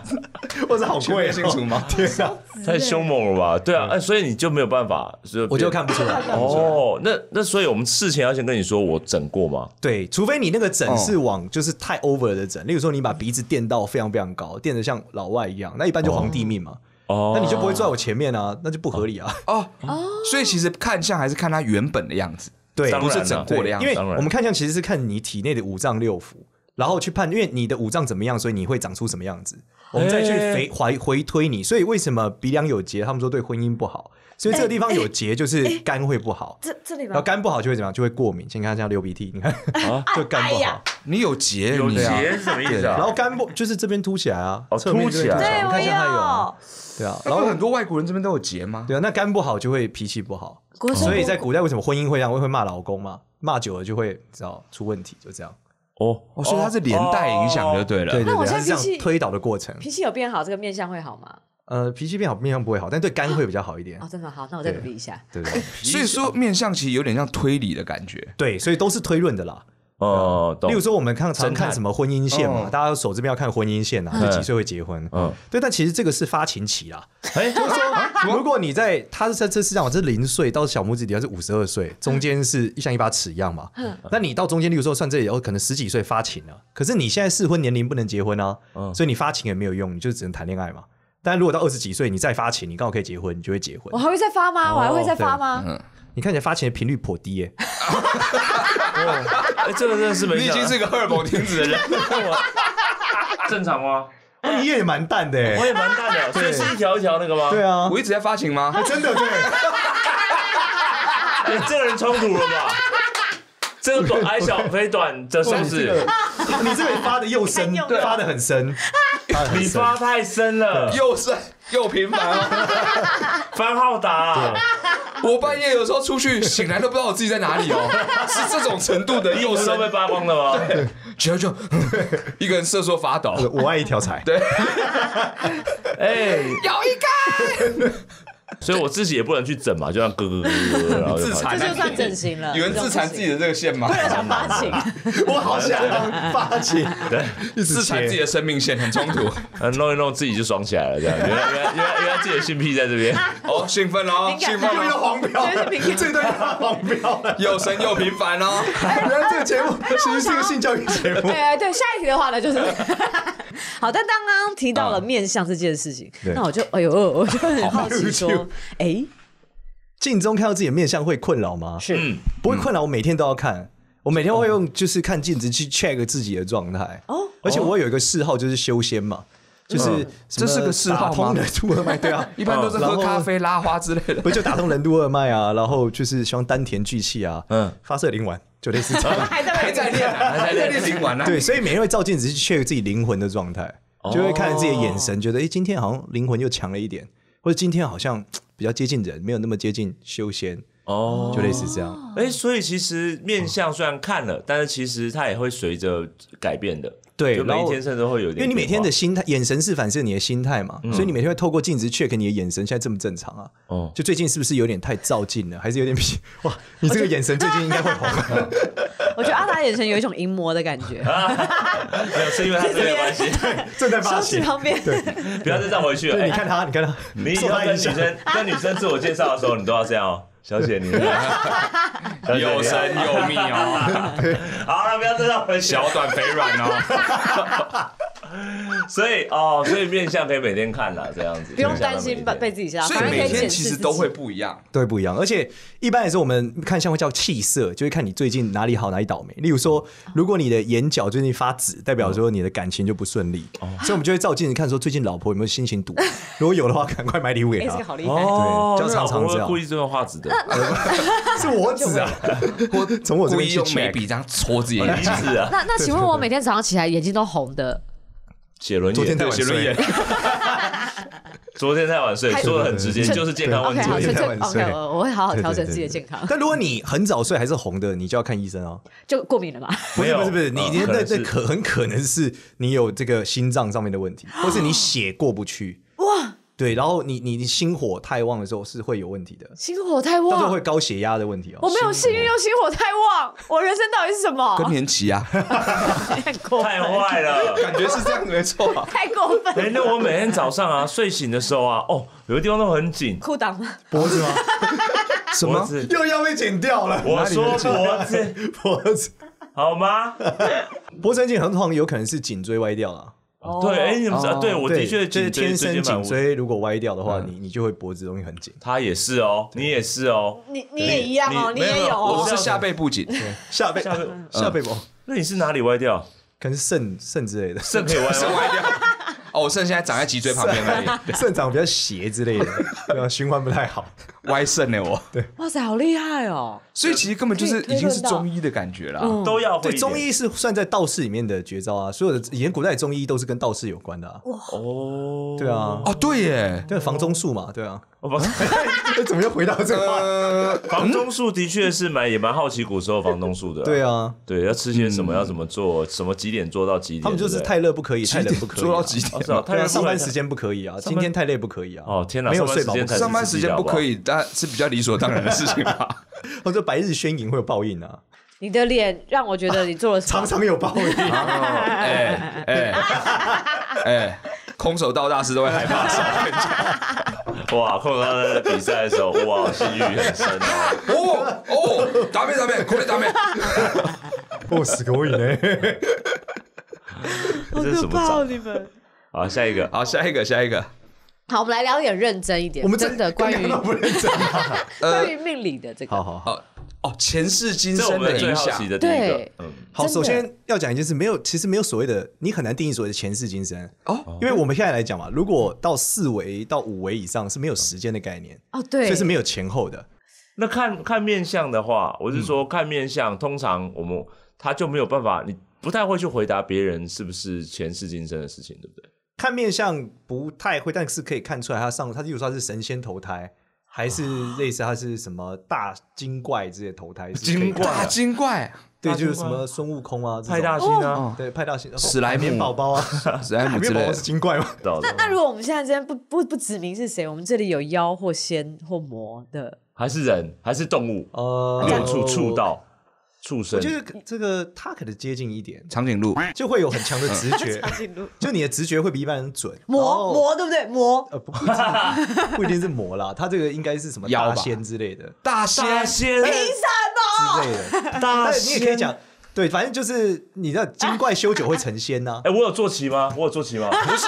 [SPEAKER 1] 或者好贵哦，
[SPEAKER 2] *laughs* 全面性除毛
[SPEAKER 1] 天啊！
[SPEAKER 3] 太凶猛了吧？对啊，哎，所以你就没有办法，是
[SPEAKER 1] 我就看不出来。
[SPEAKER 3] 哦。那那所以我们事前要先跟你说，我整过吗？
[SPEAKER 1] 对，除非你那个枕
[SPEAKER 2] 哦
[SPEAKER 1] 是往就是太 over 的枕，例如说你把鼻子垫到非常非常高，垫得像老外一样，那一般就皇帝命嘛，
[SPEAKER 3] 哦，
[SPEAKER 1] 那你就不会坐在我前面啊，那就不合理啊。
[SPEAKER 2] 哦，所以其实看相还是看他原本的样子，
[SPEAKER 1] 对，
[SPEAKER 3] 当
[SPEAKER 2] 不
[SPEAKER 3] 然啊
[SPEAKER 2] 是整
[SPEAKER 3] 了
[SPEAKER 2] 过
[SPEAKER 1] 对
[SPEAKER 2] 的样
[SPEAKER 1] 因
[SPEAKER 2] 子。
[SPEAKER 1] 为
[SPEAKER 3] 当然
[SPEAKER 1] 我们看相其实是看你体内的五脏六腑，然后去判，因为你的五脏怎么样，所以你会长出什么样子，我们再去回回回推你。所以为什么鼻梁有结，他们说对婚姻不好，所以这个地方有结就是肝会不好，
[SPEAKER 5] 这这里
[SPEAKER 1] 然后
[SPEAKER 5] 吧，
[SPEAKER 1] 肝不好就会怎么样，就会过敏。先看
[SPEAKER 3] 啊
[SPEAKER 1] 这样流鼻涕，你看 *laughs* 就肝
[SPEAKER 5] 哎
[SPEAKER 1] 不好
[SPEAKER 5] 呀。
[SPEAKER 2] 你有结，
[SPEAKER 3] 有
[SPEAKER 2] 你啊
[SPEAKER 3] 结是什么意思啊？
[SPEAKER 1] 然后肝不就是这边凸起来啊，
[SPEAKER 3] 哦
[SPEAKER 1] 侧面
[SPEAKER 3] 凸起来
[SPEAKER 1] 这边
[SPEAKER 5] 对
[SPEAKER 1] 凸
[SPEAKER 5] 我
[SPEAKER 1] 你看像它有啊
[SPEAKER 5] 有，
[SPEAKER 1] 对啊，
[SPEAKER 2] 然
[SPEAKER 1] 然
[SPEAKER 2] 后
[SPEAKER 1] 后
[SPEAKER 2] 很多外国人这边都有结吗？
[SPEAKER 1] 对啊，那肝不好就会脾气不好，
[SPEAKER 5] 国
[SPEAKER 1] 所以在古代为什么婚姻会这样，会会骂老公嘛，骂久了就会你知道出问题，就这样。
[SPEAKER 3] 哦，
[SPEAKER 2] 哦，所以它是连带影响就对了。
[SPEAKER 1] 对对
[SPEAKER 5] 那我
[SPEAKER 1] 对，
[SPEAKER 5] 现
[SPEAKER 1] 它是这
[SPEAKER 5] 在脾气
[SPEAKER 1] 样推导的过程。
[SPEAKER 5] 脾气有变好，这个面相会好吗？
[SPEAKER 1] 呃，脾气变好，面相不会好，但对肝会比较好一
[SPEAKER 2] 嗯
[SPEAKER 1] 点
[SPEAKER 5] 哦，，真的好，那我再努力一下。
[SPEAKER 1] 对不对？
[SPEAKER 2] 所以说面相其实有点像推理的感觉。
[SPEAKER 1] 对，所以都是推论的啦。
[SPEAKER 3] 哦，懂
[SPEAKER 1] 例如。说，我们看常
[SPEAKER 3] 侦探
[SPEAKER 1] 看什么婚姻线嘛，
[SPEAKER 2] 哦
[SPEAKER 1] 大家手这边要看婚姻线啊，就几岁会结婚。
[SPEAKER 3] 嗯
[SPEAKER 1] 嗯，对，但其实这个是发情期啦。
[SPEAKER 3] 哎，就是
[SPEAKER 1] 如果你在他是在这世上，我是零岁到小拇指底下是五十二
[SPEAKER 3] 嗯
[SPEAKER 1] 岁，中间是像一把尺一样嘛。
[SPEAKER 5] 嗯
[SPEAKER 1] 那你到中间，例如说算这里，哦，可能十几岁发情了，可是你现在适婚年龄不能结婚啊，
[SPEAKER 3] 嗯
[SPEAKER 1] 所以你发情也没有用，你就只能谈恋爱嘛。但如果到二十几岁，你再发情，你刚好可以结婚，你就会结婚
[SPEAKER 5] 我。还会再发吗？
[SPEAKER 3] 哦
[SPEAKER 5] 我还会再发吗？
[SPEAKER 2] 嗯
[SPEAKER 1] 你看起来发情的频率颇低耶、
[SPEAKER 3] 哎，这个真的是没
[SPEAKER 1] 啊
[SPEAKER 2] 你已
[SPEAKER 3] 想
[SPEAKER 2] 经是个荷尔蒙停止的
[SPEAKER 1] *laughs*
[SPEAKER 2] 人， *laughs*
[SPEAKER 3] 正常吗？
[SPEAKER 1] *laughs* 哦你也蛮淡的耶、
[SPEAKER 3] 我也蛮淡的，所以是一条一条那个吗？
[SPEAKER 1] 对，啊，
[SPEAKER 2] 我一直在发
[SPEAKER 1] *laughs*
[SPEAKER 2] 情吗？
[SPEAKER 1] 真的对，
[SPEAKER 3] 哎，这个人冲突了吧？这个短矮小肥短的是不
[SPEAKER 1] 你这
[SPEAKER 3] 是
[SPEAKER 1] 个？你这个发的又深，发的很深，发得很
[SPEAKER 3] 你
[SPEAKER 1] 深
[SPEAKER 3] 发太深了，
[SPEAKER 2] 又是又频繁哦。
[SPEAKER 3] 番号打，
[SPEAKER 2] *laughs*
[SPEAKER 3] 啊
[SPEAKER 2] 我半夜有时候出去醒来都不知道我自己在哪里哦，是这种程度的
[SPEAKER 1] *laughs*
[SPEAKER 3] 衣
[SPEAKER 2] 又
[SPEAKER 3] 服
[SPEAKER 2] 深
[SPEAKER 3] 都，被扒光了吗？
[SPEAKER 2] 就就嗯一个人瑟缩
[SPEAKER 1] *laughs*
[SPEAKER 2] 发抖。
[SPEAKER 1] 我爱一条财。
[SPEAKER 2] 对，
[SPEAKER 3] 哎，
[SPEAKER 2] 有一个
[SPEAKER 3] *laughs* 所以我自己也不能去整嘛，就像咯咯咯咯咯，然后就
[SPEAKER 2] 自
[SPEAKER 3] 发
[SPEAKER 2] 残
[SPEAKER 5] 这
[SPEAKER 3] 现
[SPEAKER 5] 就算整形了。
[SPEAKER 2] *laughs* 有人自残自己的这嗯个线吗？
[SPEAKER 5] 这种不行，为了想发情，
[SPEAKER 1] 我好想发 *laughs* 情，
[SPEAKER 3] 对，
[SPEAKER 1] 一直
[SPEAKER 2] *laughs* 自残
[SPEAKER 1] 切
[SPEAKER 2] 自己的生命线很冲突。
[SPEAKER 3] 嗯弄一弄自己就爽起来了，这样。原来原来原来原来自己的性癖在这边，
[SPEAKER 2] 哦，兴奋哦，
[SPEAKER 5] 敏感
[SPEAKER 2] 兴奋
[SPEAKER 5] 又
[SPEAKER 1] 又
[SPEAKER 2] 哦，
[SPEAKER 1] 黄标
[SPEAKER 5] *laughs* 这
[SPEAKER 1] 了
[SPEAKER 5] 是平，衡
[SPEAKER 1] 这段黄标了。
[SPEAKER 2] 又深又频繁哦。
[SPEAKER 5] 哎
[SPEAKER 1] 原来这个节目其实是一个性教育节目。
[SPEAKER 2] *laughs*
[SPEAKER 5] 对对，下一题的话呢，就是好，但刚刚提到了
[SPEAKER 2] 啊
[SPEAKER 5] 面相这件事情，
[SPEAKER 1] 对
[SPEAKER 5] 那我就哎呦，我就很好奇
[SPEAKER 1] 好
[SPEAKER 5] 说
[SPEAKER 1] 有，
[SPEAKER 5] 哎，
[SPEAKER 1] 镜中看到自己的面相会困扰吗？
[SPEAKER 5] 是
[SPEAKER 3] 嗯
[SPEAKER 1] 不会困扰，我每天都要看。我每天会用就是看镜子去 check 自己的状态
[SPEAKER 5] 哦
[SPEAKER 1] 而且我有一个嗜好就是修仙嘛，就是什么
[SPEAKER 2] 这是个嗜好
[SPEAKER 1] 打
[SPEAKER 2] 吗
[SPEAKER 1] 通任督二脉，对啊，
[SPEAKER 2] *laughs* 一般都是喝咖啡、拉花之类的。
[SPEAKER 1] 不就打通任督二脉啊，然后就是希望丹田聚气啊，嗯
[SPEAKER 3] 嗯，
[SPEAKER 1] 发射灵丸就类似这样，
[SPEAKER 5] 还在还在练
[SPEAKER 2] *laughs* 还在练啊灵丸呢
[SPEAKER 1] *laughs* 对，所以每天会照镜子去 check 自己灵魂的状态，
[SPEAKER 3] 哦
[SPEAKER 1] 就会看着自己的眼神，觉得诶，哎今天好像灵魂又强了一点，或者今天好像嘖比较接近人，没有那么接近修仙，
[SPEAKER 3] 哦，
[SPEAKER 1] 就类似这样。
[SPEAKER 3] 哎，所以其实面相虽然看了，但是其实它也会随着改变的。
[SPEAKER 1] 对
[SPEAKER 3] 就每
[SPEAKER 1] 然
[SPEAKER 3] 一
[SPEAKER 1] 后
[SPEAKER 3] 天甚至会有点变化，
[SPEAKER 1] 因为你每天的心态，眼神是反射你的心态嘛，所以你每天会透过镜子 check 你的眼神现在正不正常啊？
[SPEAKER 3] 嗯哦
[SPEAKER 1] 就最近是不是有点太照镜了，还是有点皮？ *laughs* 哇，你这个眼神最近应该会
[SPEAKER 3] *laughs*
[SPEAKER 1] 红。
[SPEAKER 5] *laughs* 我觉得阿达眼神有一种淫魔的
[SPEAKER 2] *laughs*
[SPEAKER 5] 感觉，
[SPEAKER 3] 没有是因为他这个
[SPEAKER 1] *laughs*
[SPEAKER 3] 关系，
[SPEAKER 1] 正在
[SPEAKER 5] 手指旁边，
[SPEAKER 3] 不要再这样回去了。
[SPEAKER 1] 对，你
[SPEAKER 3] 哎
[SPEAKER 1] 看他，你看他，
[SPEAKER 3] 你以
[SPEAKER 1] 受
[SPEAKER 3] 后
[SPEAKER 1] 他影
[SPEAKER 3] 跟女
[SPEAKER 1] 响。
[SPEAKER 3] 生跟女生自我介绍的时候，你都要这样哦，小
[SPEAKER 1] *laughs*
[SPEAKER 3] 姐你小姐你
[SPEAKER 2] 有神有命哦，
[SPEAKER 3] 好了，不要再让我小
[SPEAKER 2] 小短肥软哦，
[SPEAKER 3] 所以哦，所以面相可以每天看啦，这样子
[SPEAKER 5] *laughs* 不用担心被被自己吓到，
[SPEAKER 2] 所以
[SPEAKER 5] 反而可
[SPEAKER 2] 每
[SPEAKER 5] 以
[SPEAKER 2] 天
[SPEAKER 5] 检
[SPEAKER 2] 其
[SPEAKER 5] 视
[SPEAKER 2] 实
[SPEAKER 5] 自己
[SPEAKER 2] 都会不一样。
[SPEAKER 1] 对，不一样。而且一般来说，我们看相会叫气色，就会看你最近哪里好，哪里倒霉。例如说，如果你的眼角最近发紫，代表说你的感情就不顺利，所以我们就会照镜子看，说最近老婆有没有心情堵。如果有的话，赶快买礼物给
[SPEAKER 5] 哎，这
[SPEAKER 1] 她
[SPEAKER 5] 个。好厉害。
[SPEAKER 3] 哦，
[SPEAKER 1] 对就常常这样
[SPEAKER 3] 那老婆会故意这种画质的，
[SPEAKER 1] 是我紫啊，我从我这
[SPEAKER 2] 故
[SPEAKER 1] 边
[SPEAKER 2] 意
[SPEAKER 1] 去
[SPEAKER 2] 用眉
[SPEAKER 1] check
[SPEAKER 2] 笔这样戳自己的
[SPEAKER 3] 鼻
[SPEAKER 2] 眼睛。
[SPEAKER 3] 子 *laughs* 啊，
[SPEAKER 5] 那那请问我每天早上起来眼睛都红的，
[SPEAKER 3] 写轮
[SPEAKER 1] 昨天
[SPEAKER 3] 眼
[SPEAKER 1] 太
[SPEAKER 3] 对
[SPEAKER 1] 晚
[SPEAKER 3] 写轮
[SPEAKER 1] 睡
[SPEAKER 3] 眼， *laughs* 昨天太晚睡，
[SPEAKER 5] 还
[SPEAKER 3] 说的很直接，就是健康问
[SPEAKER 5] OK，
[SPEAKER 3] 题
[SPEAKER 5] 好，
[SPEAKER 3] 而已。
[SPEAKER 5] 这
[SPEAKER 1] 天
[SPEAKER 5] 这
[SPEAKER 1] 太晚睡
[SPEAKER 5] OK，我我会好好
[SPEAKER 1] 对对
[SPEAKER 5] 调整
[SPEAKER 1] 对
[SPEAKER 5] 自己的
[SPEAKER 1] 对
[SPEAKER 5] 健康， *laughs*
[SPEAKER 1] 但如果你很早睡还是红的，你就要看医生哦。
[SPEAKER 5] 就过敏了嘛。
[SPEAKER 1] 不是
[SPEAKER 3] 没有
[SPEAKER 1] 不是不是，你
[SPEAKER 3] 嗯
[SPEAKER 1] 你
[SPEAKER 3] 可
[SPEAKER 1] 那
[SPEAKER 3] 能是
[SPEAKER 1] 那可很可能是你有这个心脏上面的问
[SPEAKER 2] *gasps*
[SPEAKER 1] 题，或是你血过不去。哇，对，然后你你你心火太旺的时候是会有问题的，
[SPEAKER 5] 心火太
[SPEAKER 1] 到时候
[SPEAKER 5] 旺
[SPEAKER 1] 会，高血压的问题哦。
[SPEAKER 5] 我没有幸运又心火太旺，我人生到底是什么？
[SPEAKER 2] 更年期啊，
[SPEAKER 5] *laughs* 太过
[SPEAKER 3] 太
[SPEAKER 5] 分，
[SPEAKER 3] 坏了。
[SPEAKER 2] 感觉是这样没错啊。
[SPEAKER 5] 太过分了，
[SPEAKER 3] 哎，那我每天早上啊， *laughs* 睡醒的时候啊，哦，有的地方都很紧，
[SPEAKER 5] 裤裆吗？
[SPEAKER 1] 脖 *laughs* 子吗？
[SPEAKER 2] 什
[SPEAKER 3] 脖
[SPEAKER 2] 么？
[SPEAKER 3] 子，
[SPEAKER 1] 又要被剪掉了。
[SPEAKER 3] 我说脖子
[SPEAKER 1] *laughs* 脖子，
[SPEAKER 3] 好吗？
[SPEAKER 1] 脖子很紧很痛，有可能是颈椎歪掉了。
[SPEAKER 3] 对，哎，你们知道对我的
[SPEAKER 1] 对
[SPEAKER 3] 确
[SPEAKER 1] 就是
[SPEAKER 3] 颈
[SPEAKER 1] 天
[SPEAKER 3] 椎
[SPEAKER 1] 生
[SPEAKER 3] 最近蛮
[SPEAKER 1] 颈
[SPEAKER 3] 无嗯
[SPEAKER 1] 椎如果歪掉的话，你你就会脖子容易很紧。
[SPEAKER 3] 他也是哦，你也是哦，
[SPEAKER 5] 你你也一样哦，
[SPEAKER 3] 你
[SPEAKER 5] 你也有
[SPEAKER 2] 我
[SPEAKER 5] 哦。
[SPEAKER 2] 是下背不紧，
[SPEAKER 1] 下背
[SPEAKER 3] 下背嗯
[SPEAKER 1] 下背吗？
[SPEAKER 3] 那你是哪里歪掉？
[SPEAKER 1] 可能是肾肾之类的，
[SPEAKER 3] 肾可以
[SPEAKER 1] *laughs*
[SPEAKER 3] 歪
[SPEAKER 2] 肾
[SPEAKER 3] 吗？
[SPEAKER 2] 歪掉。哦，我肾现在长在脊椎旁边而已，
[SPEAKER 1] *laughs* 肾长比较斜之类的， *laughs* 对啊，循环不太好。
[SPEAKER 2] 歪肾呢我。
[SPEAKER 5] 哇塞，好厉害哦！
[SPEAKER 2] 所以其实根本就是已经是中医的感觉了啊。
[SPEAKER 3] 都要会
[SPEAKER 1] 对，
[SPEAKER 3] 一点
[SPEAKER 1] 中医是算在道士里面的绝招啊，所有的以前古代中医都是跟道士有关的啊。
[SPEAKER 3] 哦，
[SPEAKER 1] 对啊，
[SPEAKER 2] 哦，对耶，
[SPEAKER 1] 对房中术嘛，对啊。
[SPEAKER 3] 哦，不是
[SPEAKER 1] 哎怎么又回到这个话？
[SPEAKER 2] 呃，
[SPEAKER 3] 房中术的确是蛮也蛮好奇古时候房中术的，
[SPEAKER 1] 对，啊，
[SPEAKER 3] 对，要吃些什么，要怎么做，什么几点做到几点，
[SPEAKER 1] 他们就是
[SPEAKER 3] 对不对
[SPEAKER 1] 太热不可以，太冷不可以啊。
[SPEAKER 2] 做到几
[SPEAKER 3] 哦
[SPEAKER 2] 点
[SPEAKER 3] 是？啊，太
[SPEAKER 1] 对啊，
[SPEAKER 3] 热
[SPEAKER 1] 上班时
[SPEAKER 3] 间
[SPEAKER 1] 间不可以啊，今天太累不可以啊。
[SPEAKER 3] 哦天哪
[SPEAKER 1] 没有睡饱不可
[SPEAKER 3] 上班时间才
[SPEAKER 1] 以，
[SPEAKER 2] 上班时间不可以，但是比较理所当然的事情吧。
[SPEAKER 1] 或者白日宣淫会有报应啊，
[SPEAKER 5] 你的脸让我觉得你做了什
[SPEAKER 1] 常
[SPEAKER 5] 么？
[SPEAKER 1] 常有报应。
[SPEAKER 2] 哦 *laughs* 哎哎哎，空手道大师都会害 *laughs* 怕是吧。
[SPEAKER 3] *laughs* 哇，碰到他在比赛的时候，哇，性欲很深
[SPEAKER 1] *laughs*
[SPEAKER 3] 哦，
[SPEAKER 2] 哦哦，ダメダメ、これダメ。
[SPEAKER 1] 我死个瘾呢！
[SPEAKER 3] 这是什么
[SPEAKER 5] 好
[SPEAKER 3] 招？
[SPEAKER 5] 哦你们。
[SPEAKER 3] 好，下一个，
[SPEAKER 2] 好，下一个，下一个。
[SPEAKER 5] 好，我们来聊点认真一
[SPEAKER 1] *laughs*
[SPEAKER 5] 点，
[SPEAKER 1] 我们
[SPEAKER 5] 真的关
[SPEAKER 1] 刚
[SPEAKER 5] 于
[SPEAKER 1] 刚都不认真。
[SPEAKER 5] 关于命理的这个。
[SPEAKER 1] 呃好好好，
[SPEAKER 2] 好哦，前世今
[SPEAKER 3] 这我
[SPEAKER 2] 生
[SPEAKER 3] 们
[SPEAKER 2] 的
[SPEAKER 3] 最
[SPEAKER 2] 影
[SPEAKER 3] 好
[SPEAKER 2] 响
[SPEAKER 3] 奇。的第一个
[SPEAKER 5] 对，
[SPEAKER 3] 嗯，
[SPEAKER 1] 好，
[SPEAKER 5] 真的
[SPEAKER 1] 首先要讲一件事，没有，其实没有所谓的，你很难定义所谓的前世今生
[SPEAKER 2] 哦，
[SPEAKER 1] 因为我们现在来讲嘛，如果到四维到五维以上是没有时间的概念，
[SPEAKER 5] 哦，对，
[SPEAKER 1] 所以是没有前后的。
[SPEAKER 3] 那看看面相的话，我
[SPEAKER 1] 嗯
[SPEAKER 3] 是说看面相，通常我们他就没有办法，你不太会去回答别人是不是前世今生的事情，对不对？
[SPEAKER 1] 看面相不太会，但是可以看出来他上他，例如说他是神仙投胎，还是类似他是什么大精怪之类的投胎，
[SPEAKER 2] *laughs*
[SPEAKER 1] 是可以看
[SPEAKER 2] 大精怪，
[SPEAKER 1] 对，
[SPEAKER 3] 大
[SPEAKER 1] 就是
[SPEAKER 3] 精怪
[SPEAKER 1] 什么孙悟空啊，这种
[SPEAKER 3] 派大星
[SPEAKER 5] 哦
[SPEAKER 3] 啊，
[SPEAKER 1] 对派大星、哦
[SPEAKER 2] 史莱姆
[SPEAKER 1] 海绵宝
[SPEAKER 2] *laughs*
[SPEAKER 1] 宝啊，
[SPEAKER 2] 史莱姆
[SPEAKER 1] 海绵
[SPEAKER 2] 之
[SPEAKER 1] 宝
[SPEAKER 2] 类
[SPEAKER 1] 宝是
[SPEAKER 2] 的。
[SPEAKER 1] 精怪
[SPEAKER 2] *laughs*
[SPEAKER 1] 吗？
[SPEAKER 3] 到
[SPEAKER 5] 那那如果我们现在之间不不不指明是谁，我们这里有妖或仙或魔的，
[SPEAKER 3] 还是人还是动物，
[SPEAKER 1] 呃
[SPEAKER 3] 六畜畜，道畜生
[SPEAKER 1] 我，觉得这个他可能接近一点，
[SPEAKER 2] 长颈鹿，
[SPEAKER 1] 就会有很强的直觉，就你的直觉会比一般人准。然
[SPEAKER 5] 魔
[SPEAKER 1] 后
[SPEAKER 5] 魔对不对？魔
[SPEAKER 1] 呃不不一定不一定是魔啦，他这个应该是什么
[SPEAKER 2] 妖
[SPEAKER 1] 大
[SPEAKER 2] 吧
[SPEAKER 1] 仙之类的
[SPEAKER 2] 大仙，
[SPEAKER 3] 仙
[SPEAKER 1] 之类的。
[SPEAKER 3] 大
[SPEAKER 1] 哎但你也可以讲，对，反正就是你的精怪修久会成仙啊呐、
[SPEAKER 3] 哎，我有坐骑吗？我有坐骑
[SPEAKER 5] *laughs*
[SPEAKER 3] 吗？
[SPEAKER 2] 不是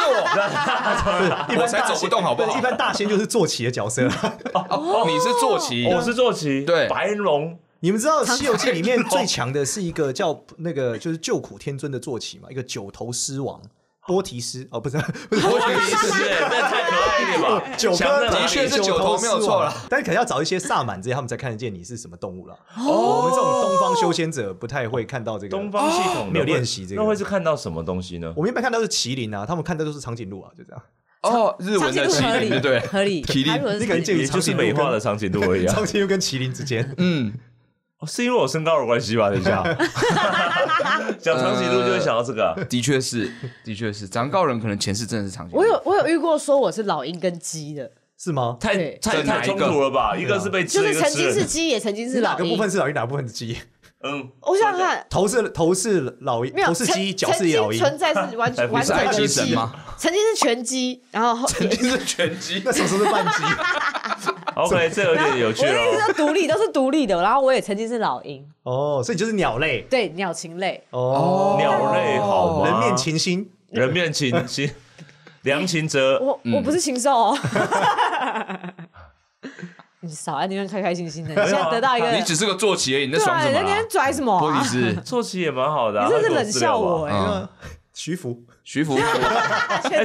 [SPEAKER 1] 一
[SPEAKER 2] 我，*laughs* 我
[SPEAKER 1] 般
[SPEAKER 2] 才
[SPEAKER 1] 大
[SPEAKER 2] 走
[SPEAKER 1] 仙
[SPEAKER 2] 不动好不好
[SPEAKER 1] 对一般大仙就是坐骑的角色啦。 *laughs*
[SPEAKER 2] 哦你是坐骑，
[SPEAKER 3] 我是坐骑，
[SPEAKER 2] 对
[SPEAKER 3] 白龙，
[SPEAKER 1] 你们知道《西游记》里面最强的是一个叫那个就是救苦天尊的坐骑嘛，一个九头狮王波提狮哦，不是不是
[SPEAKER 3] 我也是，哎那太可爱一点 *laughs* 吧，
[SPEAKER 1] *laughs* 九
[SPEAKER 3] 强
[SPEAKER 1] 颗
[SPEAKER 3] 在哪里
[SPEAKER 2] 的确是九头没有错啦，
[SPEAKER 1] 但可能要找一些萨满这些，他们才看得见你是什么动物了。哦，我们这种东方修仙者不太会看到这个。
[SPEAKER 3] 东方系统的
[SPEAKER 1] 哦没有练习这个
[SPEAKER 3] 那会是看到什么东西呢？
[SPEAKER 1] 我们一般看到是麒麟啊，他们看到都是长颈鹿啊，就这样。
[SPEAKER 2] 哦，日文的
[SPEAKER 5] 合
[SPEAKER 2] 麒麟，对
[SPEAKER 5] 理，
[SPEAKER 2] 不对？
[SPEAKER 5] 合理。
[SPEAKER 2] 麒麟
[SPEAKER 5] 他如果是
[SPEAKER 1] 那个人介于
[SPEAKER 3] 也
[SPEAKER 1] 长
[SPEAKER 3] 就是
[SPEAKER 1] 颈鹿
[SPEAKER 3] 美化
[SPEAKER 1] 跟
[SPEAKER 3] 了长颈鹿
[SPEAKER 1] *laughs*
[SPEAKER 3] 而已啊，
[SPEAKER 1] 长颈鹿跟麒麟之间。
[SPEAKER 2] 嗯，
[SPEAKER 3] 哦是因为我身高的关系吧？等
[SPEAKER 1] *laughs*
[SPEAKER 3] 一下，讲长颈鹿就会想到这个啊，
[SPEAKER 1] 呃
[SPEAKER 2] 的确是，的确是，长高人可能前世真的是长颈鹿
[SPEAKER 5] 我。有我有遇过说我是老鹰跟鸡的，
[SPEAKER 1] 是吗？
[SPEAKER 3] 太
[SPEAKER 5] 对
[SPEAKER 3] 太
[SPEAKER 2] 在哪
[SPEAKER 3] 太
[SPEAKER 2] 一
[SPEAKER 3] 冲
[SPEAKER 2] 个
[SPEAKER 3] 突了吧？一个是被
[SPEAKER 5] 就
[SPEAKER 3] 吃，一
[SPEAKER 5] 是
[SPEAKER 3] 个
[SPEAKER 5] 曾
[SPEAKER 3] 吃
[SPEAKER 5] 经是
[SPEAKER 3] 人，
[SPEAKER 5] 鸡，也曾经是
[SPEAKER 1] 哪
[SPEAKER 5] 老
[SPEAKER 1] 个部
[SPEAKER 5] 鹰。
[SPEAKER 1] 分是老鹰，哪个部分是鸡？
[SPEAKER 3] 嗯，
[SPEAKER 4] 我想想看，
[SPEAKER 1] 头是头是老鹰，
[SPEAKER 5] 没有
[SPEAKER 1] 头是
[SPEAKER 5] 曾
[SPEAKER 1] 鸡，脚是
[SPEAKER 5] 曾
[SPEAKER 1] 老
[SPEAKER 5] 经
[SPEAKER 1] 鹰。
[SPEAKER 5] 存在是完
[SPEAKER 2] *laughs*
[SPEAKER 3] 才不
[SPEAKER 5] 完
[SPEAKER 2] 是
[SPEAKER 5] 整
[SPEAKER 2] 爱
[SPEAKER 5] 的
[SPEAKER 2] 鸡神
[SPEAKER 5] 鸡
[SPEAKER 2] 吗？
[SPEAKER 5] *laughs* 曾经是全鸡，然后后
[SPEAKER 2] 曾经是拳击
[SPEAKER 1] 那，什么时候是半鸡？ *laughs*
[SPEAKER 3] OK，这有点有趣
[SPEAKER 5] 我的意
[SPEAKER 3] 哦。
[SPEAKER 5] 思是独立都是独立的，然后我也曾经是老鹰，
[SPEAKER 1] 哦，所以就是鸟类
[SPEAKER 5] 对鸟禽类，
[SPEAKER 1] 哦，
[SPEAKER 3] 鸟类好吗？
[SPEAKER 1] 人面禽星。
[SPEAKER 3] 人面禽禽，梁禽哲，
[SPEAKER 5] 我
[SPEAKER 2] 嗯
[SPEAKER 5] 我不是禽兽哦。 *laughs* 你少在那边开开心心的，你现在得到一个，
[SPEAKER 2] 你只是个坐骑而已，你在
[SPEAKER 5] 对
[SPEAKER 2] 爽
[SPEAKER 5] 啊，
[SPEAKER 2] 什么
[SPEAKER 5] 人
[SPEAKER 2] 啦
[SPEAKER 5] 家？拽什么
[SPEAKER 2] 波
[SPEAKER 5] 啊
[SPEAKER 2] 比？斯，
[SPEAKER 3] 坐骑也蛮好的啊。
[SPEAKER 5] 你真是
[SPEAKER 3] 他有给
[SPEAKER 5] 冷
[SPEAKER 3] 资料
[SPEAKER 5] 笑
[SPEAKER 3] 吧
[SPEAKER 5] 我
[SPEAKER 1] 啊
[SPEAKER 5] 哎！
[SPEAKER 2] 嗯，
[SPEAKER 1] 徐福，
[SPEAKER 2] 徐福，
[SPEAKER 5] 啊
[SPEAKER 3] 哎，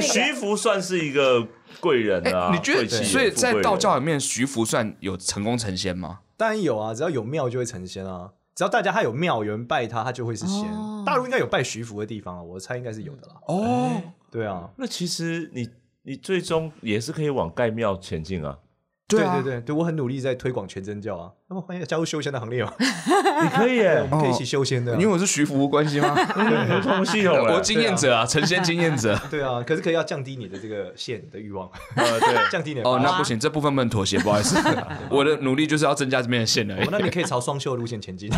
[SPEAKER 1] *laughs*
[SPEAKER 5] 确定
[SPEAKER 3] 徐福算是一个贵人啊，
[SPEAKER 2] *laughs* 哎你觉得
[SPEAKER 3] 贵气
[SPEAKER 2] 所以在道，
[SPEAKER 3] 富贵
[SPEAKER 2] 教里面，徐福算有成功成仙吗？
[SPEAKER 1] 当然有啊，只要有庙就会成仙啊。只要大家他有庙，有人拜他，他就会是仙。大陆应该有拜徐福的地方啊，我猜应该是有的啦。
[SPEAKER 2] 哦，
[SPEAKER 1] 对啊，
[SPEAKER 3] 人那其实你你最终也是可以往盖庙前进啊，
[SPEAKER 1] 对
[SPEAKER 2] 啊
[SPEAKER 1] 对对对，我很努力在推广全真教啊。那么欢迎加入修仙的行列哦，
[SPEAKER 3] 你可以耶
[SPEAKER 1] *laughs* 我，们可以一起修仙的啊
[SPEAKER 2] 因。为我是徐福关
[SPEAKER 3] *laughs*
[SPEAKER 2] 系
[SPEAKER 1] *laughs*
[SPEAKER 2] 吗？
[SPEAKER 3] 不同系统
[SPEAKER 2] 我
[SPEAKER 3] 哎，
[SPEAKER 2] 经验者啊，成仙经验者。
[SPEAKER 1] 对啊，可是可以要降低你的这个线的欲望，
[SPEAKER 3] *laughs* 呃对，啊
[SPEAKER 1] 降低你的
[SPEAKER 2] *laughs*
[SPEAKER 1] 发
[SPEAKER 2] 哦，
[SPEAKER 5] 啊
[SPEAKER 2] 那不行，这部分不能妥协，不好意
[SPEAKER 3] *laughs*
[SPEAKER 2] 思，我的努力就是要增加这边的线而
[SPEAKER 1] 哦
[SPEAKER 2] 已。
[SPEAKER 1] 那你可以朝双修的路线前进。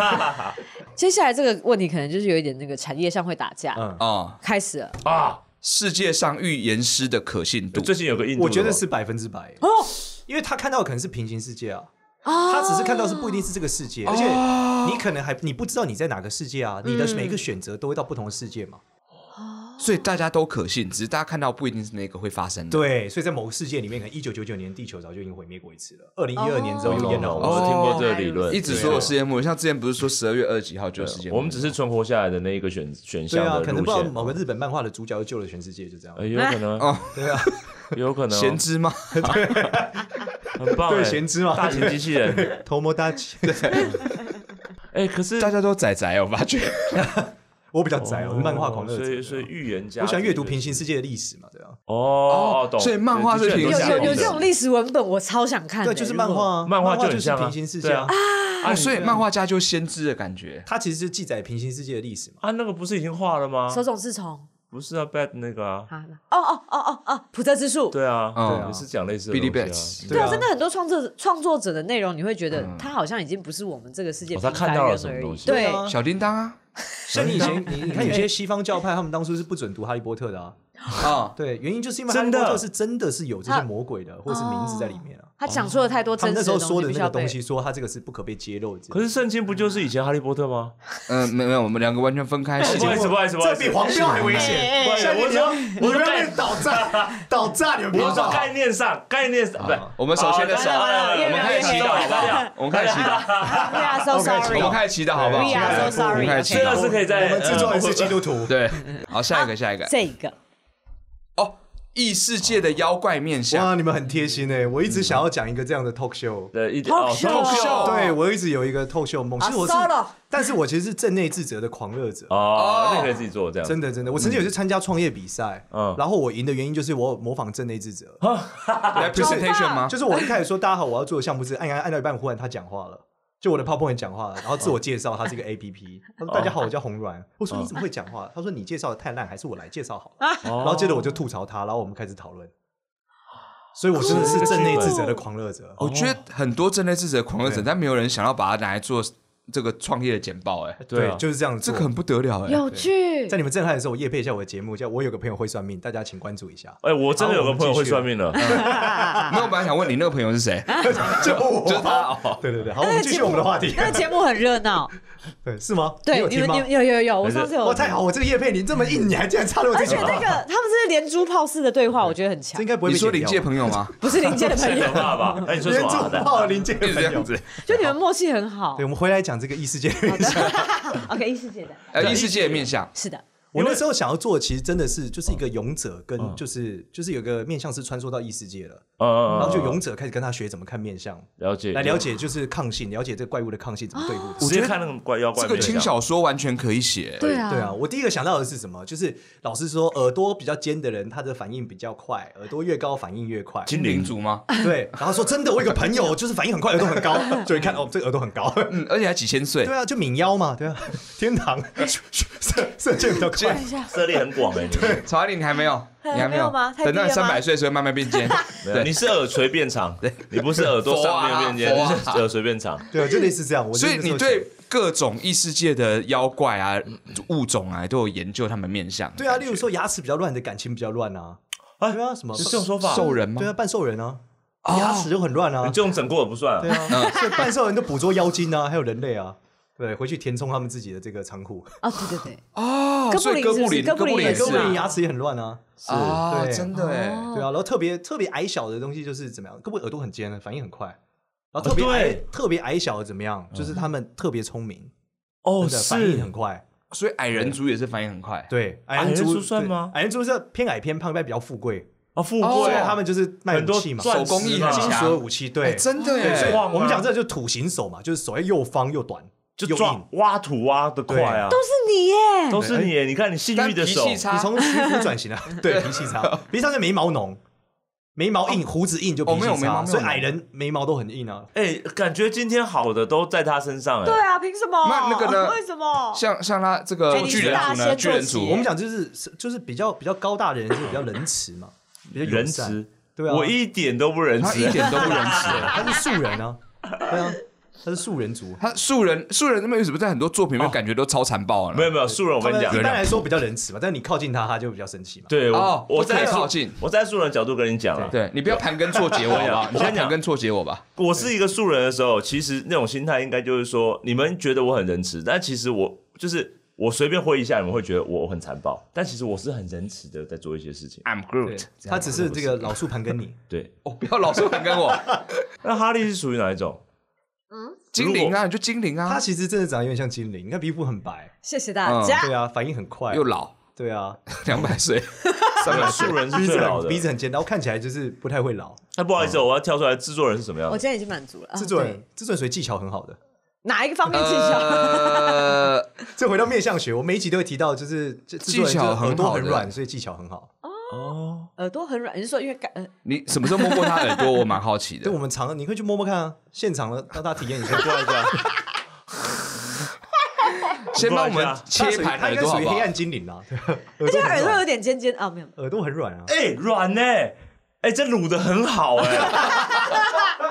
[SPEAKER 5] 接下来这个问题可能就是有一点那个产业上会打架。
[SPEAKER 1] 嗯
[SPEAKER 2] 哦，
[SPEAKER 5] 开始了，
[SPEAKER 3] 啊，
[SPEAKER 2] 世界上预言师的可信度，
[SPEAKER 3] 最近有个印度的吧，
[SPEAKER 1] 我觉得是百分之百哦，因为他看到的可能是平行世界啊，他只是看到是不一定是这个世界，而且你可能还你不知道你在哪个世界啊，你的每一个选择都会到不同的世界嘛。
[SPEAKER 2] 所以大家都可信，只是大家看到不一定是那个会发生的。
[SPEAKER 1] 对，所以在某个世界里面，可能一九九九年地球早就已经毁灭过一次了，二零一二年之后
[SPEAKER 3] 我
[SPEAKER 1] 又
[SPEAKER 3] 懂
[SPEAKER 1] 淹了
[SPEAKER 3] 了，
[SPEAKER 1] 好
[SPEAKER 3] 哦我
[SPEAKER 1] 多
[SPEAKER 3] 是
[SPEAKER 1] 次。
[SPEAKER 3] 听过这个理
[SPEAKER 1] 哦
[SPEAKER 3] 论，
[SPEAKER 2] 一直说有世界末日，像之前不是说十二月二十几号就是世界末日，
[SPEAKER 3] 我们只是存活下来的那一个选选
[SPEAKER 1] 对
[SPEAKER 3] 项
[SPEAKER 1] 啊，
[SPEAKER 3] 的
[SPEAKER 1] 可能
[SPEAKER 3] 路
[SPEAKER 1] 不知道
[SPEAKER 3] 线，
[SPEAKER 1] 某个日本漫画的主角救了全世界，就这样
[SPEAKER 3] 哎。有可能
[SPEAKER 2] 哦，
[SPEAKER 1] 对啊，
[SPEAKER 3] 有可能哦，
[SPEAKER 2] 先知吗？
[SPEAKER 3] 很棒，
[SPEAKER 1] 对
[SPEAKER 3] 哎
[SPEAKER 1] 贤之嘛
[SPEAKER 3] 大型机
[SPEAKER 1] *laughs*
[SPEAKER 3] 器人，
[SPEAKER 1] 头摩大
[SPEAKER 3] *laughs*
[SPEAKER 1] 吉，
[SPEAKER 3] 哎，可是
[SPEAKER 2] 大家都仔仔，我发觉。
[SPEAKER 1] 我比较宅，啊我是漫画狂热
[SPEAKER 3] 哦所以
[SPEAKER 1] 者
[SPEAKER 3] 所以。预言家，
[SPEAKER 1] 我喜欢阅读平行世界的历史嘛，对啊，
[SPEAKER 3] 哦，懂，
[SPEAKER 2] 所以漫画是
[SPEAKER 3] 对
[SPEAKER 2] 平
[SPEAKER 5] 有
[SPEAKER 2] 行
[SPEAKER 5] 有有
[SPEAKER 2] 世
[SPEAKER 5] 这
[SPEAKER 2] 界
[SPEAKER 5] 种历史文本，我超想看的。
[SPEAKER 1] 对，就是
[SPEAKER 5] 如果
[SPEAKER 1] 漫画啊，
[SPEAKER 3] 漫画
[SPEAKER 1] 画
[SPEAKER 3] 就很
[SPEAKER 1] 是
[SPEAKER 3] 像啊
[SPEAKER 1] 平行世界
[SPEAKER 3] 对啊
[SPEAKER 2] 哦，所以漫画家就是先知的感觉。
[SPEAKER 1] 它其实是记载平行世界的历史嘛。
[SPEAKER 3] 啊，那个不是已经画了吗？
[SPEAKER 5] 手冢治虫
[SPEAKER 3] 不是啊，Bad 那个啊，
[SPEAKER 5] 啊，哦哦哦哦哦，普特之树。
[SPEAKER 3] 对啊，
[SPEAKER 2] 嗯
[SPEAKER 3] 对啊也是讲类似的
[SPEAKER 2] Billy
[SPEAKER 3] 东
[SPEAKER 2] Bates
[SPEAKER 3] 西啊。
[SPEAKER 5] 对
[SPEAKER 1] 对
[SPEAKER 5] 啊，
[SPEAKER 1] 啊嗯
[SPEAKER 5] 真的很多创作创作者的内容，你会觉得他好像已经不是我们这个世界
[SPEAKER 3] 哦他
[SPEAKER 5] 平
[SPEAKER 3] 看
[SPEAKER 5] 凡
[SPEAKER 3] 到了
[SPEAKER 5] 人
[SPEAKER 3] 什么
[SPEAKER 5] 而
[SPEAKER 3] 东
[SPEAKER 5] 已。
[SPEAKER 3] 西
[SPEAKER 5] 对
[SPEAKER 1] 对，啊
[SPEAKER 2] 小叮当啊，
[SPEAKER 1] 像你以前，你你看有些西方教派，他们当初是不准读《哈利波特》的啊。
[SPEAKER 2] 啊，
[SPEAKER 1] 对，原因就是因为《哈利波
[SPEAKER 3] 真的
[SPEAKER 1] 特》是真的是有这些魔鬼的，或是名字在里面啊。
[SPEAKER 5] 他讲述了太多
[SPEAKER 1] 他
[SPEAKER 5] 真
[SPEAKER 1] 们那
[SPEAKER 5] 实
[SPEAKER 1] 时候说的
[SPEAKER 5] 必须
[SPEAKER 1] 那
[SPEAKER 5] 要
[SPEAKER 1] 个
[SPEAKER 5] 被
[SPEAKER 1] 东。
[SPEAKER 5] *laughs*
[SPEAKER 1] 西，说他这个是不可被揭露的。
[SPEAKER 3] 可是圣经不就是以前哈利波特吗？
[SPEAKER 2] 嗯，没有没有，我们两个完全分开。世
[SPEAKER 3] 不
[SPEAKER 2] 界
[SPEAKER 3] 好意
[SPEAKER 2] 末
[SPEAKER 3] 思，不好意思，不好意
[SPEAKER 1] 这
[SPEAKER 3] 思，
[SPEAKER 1] 比黄标还危险。
[SPEAKER 3] 不好意思。我说，我说概，
[SPEAKER 1] 倒炸，倒炸你们不
[SPEAKER 3] 我说概念上，概念上，不是
[SPEAKER 2] 我们手牵着手，
[SPEAKER 3] 好大家
[SPEAKER 2] 我们开始祈祷好不好？我们开始祈祷，
[SPEAKER 5] We are so 啊 sorry.
[SPEAKER 2] 我们开始祈祷好不
[SPEAKER 5] We are
[SPEAKER 2] 好？
[SPEAKER 5] so sorry.
[SPEAKER 2] 我们开始
[SPEAKER 3] 这
[SPEAKER 2] 祈
[SPEAKER 3] 个
[SPEAKER 2] 祷
[SPEAKER 3] 是可以在
[SPEAKER 1] 我们制作人是
[SPEAKER 3] 呃
[SPEAKER 1] 基督徒。
[SPEAKER 2] 对，好，下一个，下一个。
[SPEAKER 5] 这个
[SPEAKER 2] 哦，异世界的妖怪面相，
[SPEAKER 1] 哇，你们很贴心哎！我一直想要讲一个这样的 talk show。
[SPEAKER 3] 的一
[SPEAKER 5] Talk
[SPEAKER 3] 哦
[SPEAKER 5] show
[SPEAKER 3] talk show
[SPEAKER 1] 对，我一直有一个 talk show 梦，其实我是
[SPEAKER 5] 啊，solo，
[SPEAKER 1] 但是我其实是镇内智则的狂热者。
[SPEAKER 3] 哦，那可以自己做这样，
[SPEAKER 1] 真的真的，我曾经有去参加创业比赛，
[SPEAKER 3] 嗯
[SPEAKER 1] 然后我赢的原因就是我有模仿镇内智则，
[SPEAKER 2] 来 presentation 吗？
[SPEAKER 1] 就是我一开始说大家好，我要做的项目是按按按到一半，忽然他讲话了。就我的 PowerPoint 讲话了，然后自我介绍，他是一个 APP。他说：“大家好，我叫红鸾。”我说：“你怎么会讲话？”他说：“你介绍的太烂，还是我来介绍好了。”然后接着我就吐槽他，然后我们开始讨论。所以我真的是镇内智者的狂热者。
[SPEAKER 2] 哦我觉得很多正类智者狂热者，但没有人想要把它拿来做这个创业的简报、哎，
[SPEAKER 3] 对啊
[SPEAKER 1] 就是这样
[SPEAKER 2] 这
[SPEAKER 1] 做。
[SPEAKER 2] 个很不得了、哎，
[SPEAKER 5] 有趣 *laughs*
[SPEAKER 1] 在。你们震撼的时候，我夜配一下我的节目，叫我有个朋友会算命，大家请关注一下。
[SPEAKER 3] 哎，我真的有
[SPEAKER 1] 好
[SPEAKER 3] 个
[SPEAKER 1] 我们
[SPEAKER 3] 朋友
[SPEAKER 1] 继
[SPEAKER 3] 会
[SPEAKER 1] 续
[SPEAKER 3] 算命了，
[SPEAKER 2] 那我本来想问你那个朋友是谁？
[SPEAKER 5] 啊
[SPEAKER 1] 就我，就他哦。对对对，好，我们继续我们的话题。
[SPEAKER 5] 那个节目很热闹，
[SPEAKER 1] 对，是吗？
[SPEAKER 5] 对，
[SPEAKER 1] 有
[SPEAKER 5] 你
[SPEAKER 1] 听
[SPEAKER 5] 们
[SPEAKER 1] 吗
[SPEAKER 5] 你？们有有有，我
[SPEAKER 3] 还是
[SPEAKER 5] 上次有，
[SPEAKER 1] 哇，太好！ *laughs* 我这个叶佩你这么硬，你还竟然插了我这
[SPEAKER 5] 而且
[SPEAKER 1] 句
[SPEAKER 5] 那
[SPEAKER 1] 话 *laughs*
[SPEAKER 5] 个，他们这是连珠炮式的对话，我觉得很强
[SPEAKER 1] 这应，该不会
[SPEAKER 2] 你
[SPEAKER 1] 被
[SPEAKER 2] 说
[SPEAKER 1] 剪
[SPEAKER 2] 临
[SPEAKER 1] 掉
[SPEAKER 2] 界
[SPEAKER 1] 吧
[SPEAKER 2] 朋友吗？
[SPEAKER 5] 不是林健的朋
[SPEAKER 3] 太
[SPEAKER 1] *laughs*
[SPEAKER 3] 可
[SPEAKER 5] 友，
[SPEAKER 3] 怕吧？哎，你说什
[SPEAKER 1] 原
[SPEAKER 3] 么
[SPEAKER 1] 主
[SPEAKER 3] 好的？
[SPEAKER 1] 炮临界
[SPEAKER 2] 一
[SPEAKER 1] 的
[SPEAKER 2] 直这
[SPEAKER 1] 朋
[SPEAKER 2] 样
[SPEAKER 1] 友。
[SPEAKER 2] 子。
[SPEAKER 5] 就你们默契很好
[SPEAKER 1] 啊对，。我们回来讲这个异世界的面向。
[SPEAKER 5] OK，异世界的，
[SPEAKER 2] 呃，异世界的面相，
[SPEAKER 5] 是的，
[SPEAKER 1] 我那时候想嗯要做，其实真的是就是一个勇者跟就是就是有个面相是穿梭到异世界了，
[SPEAKER 3] 嗯，
[SPEAKER 1] 然后就
[SPEAKER 3] 有
[SPEAKER 1] 勇者开始跟他学怎么看面相，
[SPEAKER 3] 了解，
[SPEAKER 1] 来了解就是抗性，了解这个怪物的抗性怎么对
[SPEAKER 5] 哦
[SPEAKER 1] 付
[SPEAKER 3] 直
[SPEAKER 1] 的。
[SPEAKER 3] 接看那个怪妖怪
[SPEAKER 2] 这
[SPEAKER 3] 面相。
[SPEAKER 2] 个轻小说完全可以写、哎
[SPEAKER 5] 对啊，
[SPEAKER 1] 对啊，，我第一个想到的是什么？就是老师说，耳朵比较尖的人，他的反应比较快，耳朵越高反应越快。
[SPEAKER 2] 精灵族吗？
[SPEAKER 5] 嗯
[SPEAKER 1] 对，然后说真的，我有个朋友就是反应很快，耳朵很高，就一看哦，这个耳朵很高。
[SPEAKER 2] 嗯，而且还几千岁
[SPEAKER 1] 对。啊，就敏腰嘛，对啊，天 *laughs* 堂射射箭比较快。
[SPEAKER 3] 涉猎很广哎，你们
[SPEAKER 2] 曹安林，你还没有，你还
[SPEAKER 5] 没有吗太
[SPEAKER 2] 等到你
[SPEAKER 5] 低了
[SPEAKER 2] 三
[SPEAKER 5] 吗
[SPEAKER 2] 百岁的时候慢慢变
[SPEAKER 5] *laughs*
[SPEAKER 2] 尖。
[SPEAKER 3] 没有，你是耳垂变长，你不是耳朵上面变尖，
[SPEAKER 2] 佛啊
[SPEAKER 3] 你是耳垂变长。
[SPEAKER 1] 对啊，就类似这样。我就
[SPEAKER 2] 所以
[SPEAKER 1] 那时
[SPEAKER 2] 你
[SPEAKER 1] 候想
[SPEAKER 2] 对各种异世界的妖怪啊、物种啊，都有研究他们面相。
[SPEAKER 1] 对啊，例如说牙齿比较乱的感情比较乱啊，
[SPEAKER 3] 哎
[SPEAKER 1] 对啊，什么
[SPEAKER 3] 是这种说法？
[SPEAKER 2] 兽人吗
[SPEAKER 1] 对？啊，半兽人啊，牙齿就很乱
[SPEAKER 3] 你
[SPEAKER 1] 啊，
[SPEAKER 3] 这种整过也不算
[SPEAKER 1] 对
[SPEAKER 3] 啊。
[SPEAKER 1] 啊，所以半兽人都捕捉妖精啊，还有人类啊，对，回去填充他们自己的这个仓库。
[SPEAKER 5] 哦，对对对，
[SPEAKER 2] 哦，
[SPEAKER 5] 哥布
[SPEAKER 2] 所以
[SPEAKER 5] 林
[SPEAKER 2] 哥
[SPEAKER 5] 是
[SPEAKER 2] 布
[SPEAKER 5] 不是
[SPEAKER 2] 林，
[SPEAKER 5] 哥
[SPEAKER 2] 哥
[SPEAKER 5] 布林
[SPEAKER 2] 布林也
[SPEAKER 5] 也
[SPEAKER 2] 是
[SPEAKER 1] 哥
[SPEAKER 5] 是
[SPEAKER 1] 布
[SPEAKER 5] 啊
[SPEAKER 1] 林牙齿也很乱啊，
[SPEAKER 2] 啊，
[SPEAKER 1] 对
[SPEAKER 2] 真的哎。
[SPEAKER 5] 哦
[SPEAKER 1] 对啊，然后特别特别矮小的东西就是怎么样，哥布林耳朵很尖，反应很快。然后特别
[SPEAKER 3] 哦对
[SPEAKER 1] 矮特别矮小的怎么样？就是他们特别聪明，
[SPEAKER 3] 哦，
[SPEAKER 1] 真的反应
[SPEAKER 3] 是
[SPEAKER 1] 很快。
[SPEAKER 2] 所以矮人族也是反应很快。
[SPEAKER 1] 对，
[SPEAKER 3] 矮人
[SPEAKER 1] 族
[SPEAKER 3] 族算
[SPEAKER 1] 对
[SPEAKER 3] 吗
[SPEAKER 1] 矮人族是偏矮偏胖，但比较富贵，
[SPEAKER 3] 啊，富
[SPEAKER 2] 哦
[SPEAKER 1] 所以
[SPEAKER 3] 贵
[SPEAKER 1] 他们就是卖
[SPEAKER 3] 很
[SPEAKER 1] 武
[SPEAKER 3] 多
[SPEAKER 1] 器嘛，
[SPEAKER 3] 钻
[SPEAKER 2] 手工
[SPEAKER 3] 石
[SPEAKER 2] 艺
[SPEAKER 3] 嘛
[SPEAKER 2] 很
[SPEAKER 1] 金
[SPEAKER 2] 强
[SPEAKER 1] 属的武器，对，
[SPEAKER 2] 啊哎真的
[SPEAKER 1] 对，所以
[SPEAKER 2] 耶。
[SPEAKER 3] 哇
[SPEAKER 1] 我们讲这就是土行手嘛，就是手要又方又短，
[SPEAKER 3] 就
[SPEAKER 1] 又
[SPEAKER 3] 抓
[SPEAKER 1] 硬。
[SPEAKER 3] 挖土挖的快啊，都
[SPEAKER 5] 是你耶，
[SPEAKER 3] 都是你
[SPEAKER 1] 哎
[SPEAKER 3] 耶，你看你性
[SPEAKER 2] 但
[SPEAKER 3] 欲的
[SPEAKER 2] 脾
[SPEAKER 3] 手
[SPEAKER 2] 气
[SPEAKER 1] 你
[SPEAKER 2] 差， *laughs*
[SPEAKER 1] 从徐福转型啊，对，脾气差，脾气差是眉毛浓，眉毛硬，胡子硬就
[SPEAKER 2] 哦
[SPEAKER 1] 脾
[SPEAKER 2] 没有
[SPEAKER 1] 气
[SPEAKER 2] 眉毛
[SPEAKER 1] 差，
[SPEAKER 2] 没有
[SPEAKER 1] 所以
[SPEAKER 2] 眉毛
[SPEAKER 1] 矮人眉毛都很硬啊。
[SPEAKER 3] 哎、感觉今天好的都在他身上哎、
[SPEAKER 5] 对啊，凭什么？
[SPEAKER 2] 那那个呢
[SPEAKER 5] 为什么？
[SPEAKER 2] 像像他这个
[SPEAKER 5] 哎你
[SPEAKER 2] 巨
[SPEAKER 5] 是
[SPEAKER 2] 人
[SPEAKER 5] 大
[SPEAKER 2] 族呢？
[SPEAKER 5] 仙
[SPEAKER 2] 巨人
[SPEAKER 5] 坐
[SPEAKER 2] 族，
[SPEAKER 5] 骑
[SPEAKER 1] 我们讲就是是就是比较比较高大的人是比较仁慈嘛，比较友
[SPEAKER 3] 仁
[SPEAKER 1] 善
[SPEAKER 3] 慈，
[SPEAKER 1] 对啊
[SPEAKER 3] 我一点都不仁
[SPEAKER 2] 他一
[SPEAKER 3] 慈，
[SPEAKER 2] 点都不仁慈。 *laughs*
[SPEAKER 1] 他是素人啊，对啊，他是素人族。
[SPEAKER 2] 他素人素人那边为什么在很多作品里
[SPEAKER 1] 哦
[SPEAKER 2] 面感觉都超残暴了？
[SPEAKER 3] 没有没有，素人我
[SPEAKER 1] 他
[SPEAKER 3] 跟
[SPEAKER 1] 们
[SPEAKER 3] 你
[SPEAKER 1] 一
[SPEAKER 3] 讲，
[SPEAKER 1] 般来说比较仁慈嘛，但你靠近他，他就比较生气嘛。
[SPEAKER 3] 对我、
[SPEAKER 2] 哦
[SPEAKER 3] 我
[SPEAKER 2] 不可以
[SPEAKER 3] 在素
[SPEAKER 2] 靠近
[SPEAKER 3] 我在素人的角度跟你讲啊，
[SPEAKER 2] 对你不要盘根错节我好不好？
[SPEAKER 3] 我跟你讲
[SPEAKER 2] 你先盘根错节我吧。
[SPEAKER 3] 我是一个素人的时候，其实那种心态应该就是说，你们觉得我很仁慈，但其实我就是我随便挥一下，你们会觉得我很残暴，但其实我是很仁慈的在做一些事情。
[SPEAKER 2] I'm
[SPEAKER 1] 对
[SPEAKER 2] Groot，，
[SPEAKER 1] 他只是这个老树盘跟你，
[SPEAKER 3] *laughs* 对，
[SPEAKER 2] 哦，不要老是盘
[SPEAKER 1] *laughs*
[SPEAKER 2] 根我。
[SPEAKER 3] 那哈利是属于哪一种？
[SPEAKER 2] 精灵啊，你就精灵
[SPEAKER 1] 他
[SPEAKER 2] 啊，
[SPEAKER 1] 其实真的长得有点像精灵，你看皮肤很白，
[SPEAKER 5] 谢谢大家，
[SPEAKER 1] 对啊，反应很快 *laughs*
[SPEAKER 2] 又，老
[SPEAKER 1] 对啊，
[SPEAKER 2] 两百岁，三百岁
[SPEAKER 3] 素人是
[SPEAKER 1] 鼻
[SPEAKER 3] 最
[SPEAKER 1] 子
[SPEAKER 3] 老
[SPEAKER 1] 很
[SPEAKER 3] 的。
[SPEAKER 1] 鼻子很尖，然后看起来就是不太会老。
[SPEAKER 3] 那不好意思，我要跳出来，制作人是什么样
[SPEAKER 5] 我
[SPEAKER 3] 的？
[SPEAKER 5] 今天已经满足了。
[SPEAKER 1] 制作
[SPEAKER 5] 啊
[SPEAKER 1] 人，制作人属于技巧很好的。
[SPEAKER 5] 对哪一个方面技巧？
[SPEAKER 2] 呃，
[SPEAKER 1] 这回到面相学，我每一集都会提到，就是这制作人
[SPEAKER 2] 技巧
[SPEAKER 1] 就是耳朵
[SPEAKER 2] 很好
[SPEAKER 1] 很
[SPEAKER 2] 的
[SPEAKER 1] 软，所以技巧很好。
[SPEAKER 3] 哦，
[SPEAKER 5] 耳朵很软，你是说因为感？呃
[SPEAKER 2] 你什么时候摸过他耳朵？我蛮好奇
[SPEAKER 1] 对，
[SPEAKER 2] 的
[SPEAKER 1] 我。们常你可以去摸摸看啊，现场的让大家体验一下。
[SPEAKER 3] 过来一下。
[SPEAKER 2] 先帮我们
[SPEAKER 1] 他
[SPEAKER 2] *laughs* 切
[SPEAKER 1] 属于
[SPEAKER 2] 盘
[SPEAKER 1] 他
[SPEAKER 2] 耳
[SPEAKER 1] 应该
[SPEAKER 2] 朵
[SPEAKER 1] 属
[SPEAKER 2] 好
[SPEAKER 1] 于
[SPEAKER 2] 不好
[SPEAKER 1] 黑？暗精灵啦，对啊
[SPEAKER 5] 而
[SPEAKER 1] 耳
[SPEAKER 5] 且
[SPEAKER 1] 朵
[SPEAKER 5] 它
[SPEAKER 1] 很
[SPEAKER 5] 耳朵有
[SPEAKER 1] 软，
[SPEAKER 5] 点尖尖啊，没有，
[SPEAKER 1] 耳朵很软啊。
[SPEAKER 3] 哎、软呢、哎、这卤的很好 *laughs*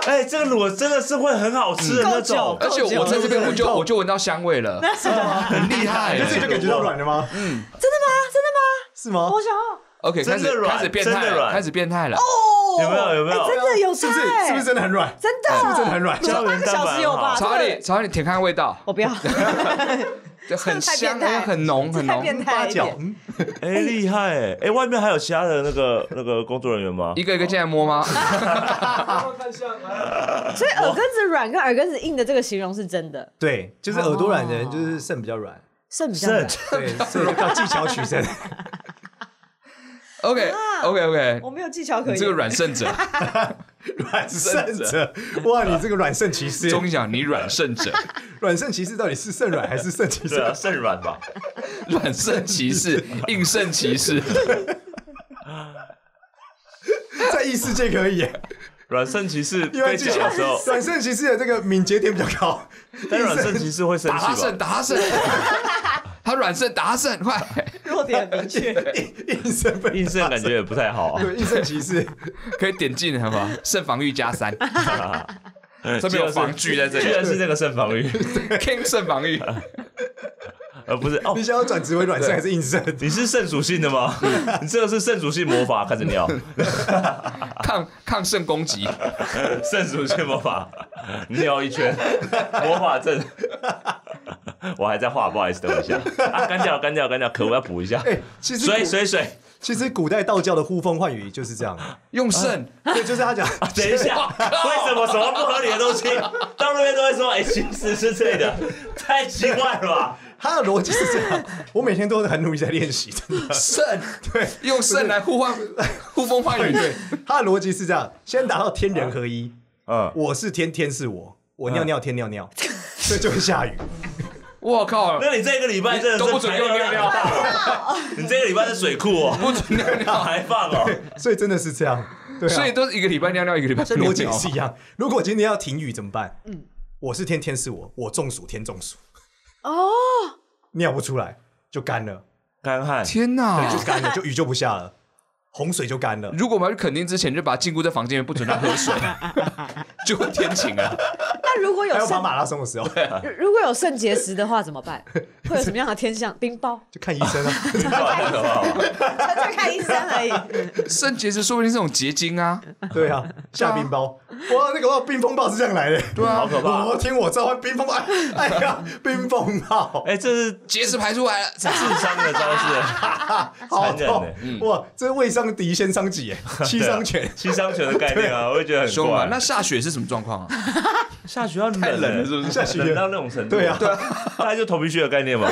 [SPEAKER 3] 哎、哎、这个卤真的是会很好吃的那种
[SPEAKER 5] 够久
[SPEAKER 2] 而且我在这边我就我就闻到香
[SPEAKER 1] *laughs*
[SPEAKER 2] 味了，很厉害
[SPEAKER 1] 你。自啊己就感觉到软了吗？嗯，真的吗？真的吗？是吗？
[SPEAKER 5] 我想要。
[SPEAKER 2] OK，开
[SPEAKER 3] 真的
[SPEAKER 2] 始
[SPEAKER 3] 软
[SPEAKER 2] 开始变
[SPEAKER 3] 真的
[SPEAKER 2] 态了，
[SPEAKER 3] 软哦
[SPEAKER 2] 开始变态了。
[SPEAKER 3] 有没有？有没有？
[SPEAKER 5] 哎真的有
[SPEAKER 1] 是
[SPEAKER 5] 差
[SPEAKER 1] 不是？
[SPEAKER 5] 欸，
[SPEAKER 1] 是不是真的很软？
[SPEAKER 5] 真的？
[SPEAKER 1] 是不是真的很软
[SPEAKER 5] 我说半个小时有吧？
[SPEAKER 2] 曹你曹你舔看味道，
[SPEAKER 5] 我不要，
[SPEAKER 2] 就很
[SPEAKER 5] 这太
[SPEAKER 2] 香
[SPEAKER 5] 变态
[SPEAKER 2] 啊，很浓很
[SPEAKER 5] 太
[SPEAKER 2] 浓。
[SPEAKER 5] 变态
[SPEAKER 1] 八
[SPEAKER 5] 一
[SPEAKER 1] 角
[SPEAKER 5] 点，。
[SPEAKER 1] 嗯，
[SPEAKER 3] 哎、厉害哎、哎、外面还有其他的那个那个工作人员吗？
[SPEAKER 2] 一个一个进来摸
[SPEAKER 5] *laughs*
[SPEAKER 2] 吗？
[SPEAKER 1] 嗯
[SPEAKER 5] 所以耳根子软跟耳根子硬的这个形容是真的，
[SPEAKER 1] 对，就是耳朵软的人就是肾比较 *laughs* 软，
[SPEAKER 5] 肾比较
[SPEAKER 3] 是
[SPEAKER 5] 软。，
[SPEAKER 1] 对，所以就靠技巧取胜。
[SPEAKER 2] OK OK OK，
[SPEAKER 5] 啊我没有技巧可
[SPEAKER 2] 你
[SPEAKER 5] 言，
[SPEAKER 2] 这个软胜者，
[SPEAKER 1] 软肾 *laughs* 者，哇，你这个软肾骑士，
[SPEAKER 2] 终于讲你软胜者，
[SPEAKER 1] 软肾骑士到底是肾软还是肾骑
[SPEAKER 3] 对
[SPEAKER 1] 士
[SPEAKER 3] 啊，？肾软吧？
[SPEAKER 2] 软胜骑
[SPEAKER 3] *laughs*
[SPEAKER 2] 士，硬胜骑士。
[SPEAKER 1] 在异世界可以耶，
[SPEAKER 3] 软肾骑士
[SPEAKER 2] *laughs*
[SPEAKER 1] 因为
[SPEAKER 3] 被
[SPEAKER 1] 技
[SPEAKER 3] 讲
[SPEAKER 1] 巧
[SPEAKER 3] 的时候，
[SPEAKER 1] 软肾骑士的这个敏捷点比较 *laughs* 高，
[SPEAKER 3] 但软肾骑士会生
[SPEAKER 2] 打他
[SPEAKER 3] 气
[SPEAKER 2] 胜，
[SPEAKER 3] 吧？
[SPEAKER 2] 打他胜， *laughs* 他软胜，打他胜，快，
[SPEAKER 5] 弱点很
[SPEAKER 1] *laughs*
[SPEAKER 5] 明确。
[SPEAKER 1] 硬肾被
[SPEAKER 3] 硬肾感觉也
[SPEAKER 2] *laughs*
[SPEAKER 3] 不太好
[SPEAKER 1] *laughs*
[SPEAKER 3] 啊、
[SPEAKER 1] 对硬肾骑士，
[SPEAKER 3] *laughs*
[SPEAKER 2] 可以点进，好不好？胜防御加三。这边有防具在这
[SPEAKER 3] 居然
[SPEAKER 2] 里
[SPEAKER 3] 是那个胜
[SPEAKER 2] *laughs*
[SPEAKER 3] 防御，
[SPEAKER 2] ，King 胜防御，
[SPEAKER 3] 而不是哦
[SPEAKER 1] 你，想要转职为软生还是硬生？
[SPEAKER 3] 你是圣属性的吗？
[SPEAKER 2] 嗯
[SPEAKER 3] 你这个是圣属性魔法，看着你哦，
[SPEAKER 2] 抗抗胜攻击，
[SPEAKER 3] 圣属性魔法，你绕一圈，魔
[SPEAKER 2] *laughs*
[SPEAKER 3] 法阵。我还在画，不好意思，等我一下啊，干掉，干掉，干掉，可我要补一下。
[SPEAKER 1] 哎其实
[SPEAKER 3] 水
[SPEAKER 1] 古
[SPEAKER 3] 水水，
[SPEAKER 1] 其实古代道教的呼风唤雨就是这样，
[SPEAKER 2] 用
[SPEAKER 3] *laughs*
[SPEAKER 2] 胜
[SPEAKER 1] 啊对，就是他讲，
[SPEAKER 3] 等一下，为什么什么不合理的东西到那边都会说？哎、其实是这的，太奇怪了吧？
[SPEAKER 1] 他的逻辑是这样。我每天都很努力在练习，真的。
[SPEAKER 2] 胜，对，用胜来互换呼风唤雨，对，
[SPEAKER 1] 他的逻辑是这样：先达到天人合一，
[SPEAKER 3] 嗯，
[SPEAKER 1] 我是天，天是我，我尿尿天尿尿，所以就会下雨。
[SPEAKER 2] 我靠，
[SPEAKER 3] *laughs* 那你这个礼拜真的
[SPEAKER 2] 都不
[SPEAKER 3] 是
[SPEAKER 2] 准
[SPEAKER 3] 排
[SPEAKER 2] 用尿
[SPEAKER 3] 量量
[SPEAKER 2] 尿
[SPEAKER 3] 很，大哦，你这个礼拜是水库哦，
[SPEAKER 2] *laughs* 不准尿尿，
[SPEAKER 3] 还放哦，
[SPEAKER 1] 所以真的是这样， *laughs* 对啊，
[SPEAKER 2] 所以都是一个礼拜尿尿，一个礼拜
[SPEAKER 1] 这
[SPEAKER 2] 尿
[SPEAKER 1] 逻辑
[SPEAKER 2] 尿。啊
[SPEAKER 1] 是一样。如果今天要停雨怎么办？嗯，我是天，天是我，我中暑，天中暑，
[SPEAKER 5] 哦，
[SPEAKER 1] 尿不出来就干了，
[SPEAKER 3] 干旱。
[SPEAKER 2] 天哪！
[SPEAKER 1] 就干了，就雨就不下了，洪水就干了。
[SPEAKER 2] 如果我们要去垦丁之前，就把他禁锢在房间里面，不准他喝
[SPEAKER 1] *laughs*
[SPEAKER 2] 水，就会天晴啊！
[SPEAKER 5] 那如果有
[SPEAKER 1] 还有跑
[SPEAKER 5] 肾，
[SPEAKER 1] 马拉松的时候，
[SPEAKER 5] 如果有肾结石的话怎么办？会有什么样的天象？冰 *laughs* 雹？
[SPEAKER 1] 就看医生啊。
[SPEAKER 5] 就看医生而已。
[SPEAKER 2] 肾结石说不定是种结晶啊，
[SPEAKER 3] *laughs*
[SPEAKER 1] 对啊，下冰雹，
[SPEAKER 3] 啊
[SPEAKER 1] 哇，那个哇，冰风暴是这样来的，对
[SPEAKER 2] 啊
[SPEAKER 3] 好可怕
[SPEAKER 1] 我听我召 *laughs* 唤冰风暴，哎呀，冰风暴，
[SPEAKER 3] 哎、这是
[SPEAKER 2] 结石排出来了，
[SPEAKER 3] 智商的招式，
[SPEAKER 1] 好
[SPEAKER 3] 残忍
[SPEAKER 1] 痛
[SPEAKER 3] 欸！
[SPEAKER 1] 哇，这是未伤敌先伤 *laughs* 己，哎，七伤拳，
[SPEAKER 3] 七伤拳的概念啊，我会觉得很
[SPEAKER 2] 凶啊
[SPEAKER 3] 怪！。
[SPEAKER 2] 那下雪是什么状况啊？
[SPEAKER 3] 下雪要冷、
[SPEAKER 2] 太冷了是不是
[SPEAKER 1] 下雪
[SPEAKER 3] 冷到那种程度，
[SPEAKER 1] 对啊，
[SPEAKER 3] 大概就头皮屑的概念嘛。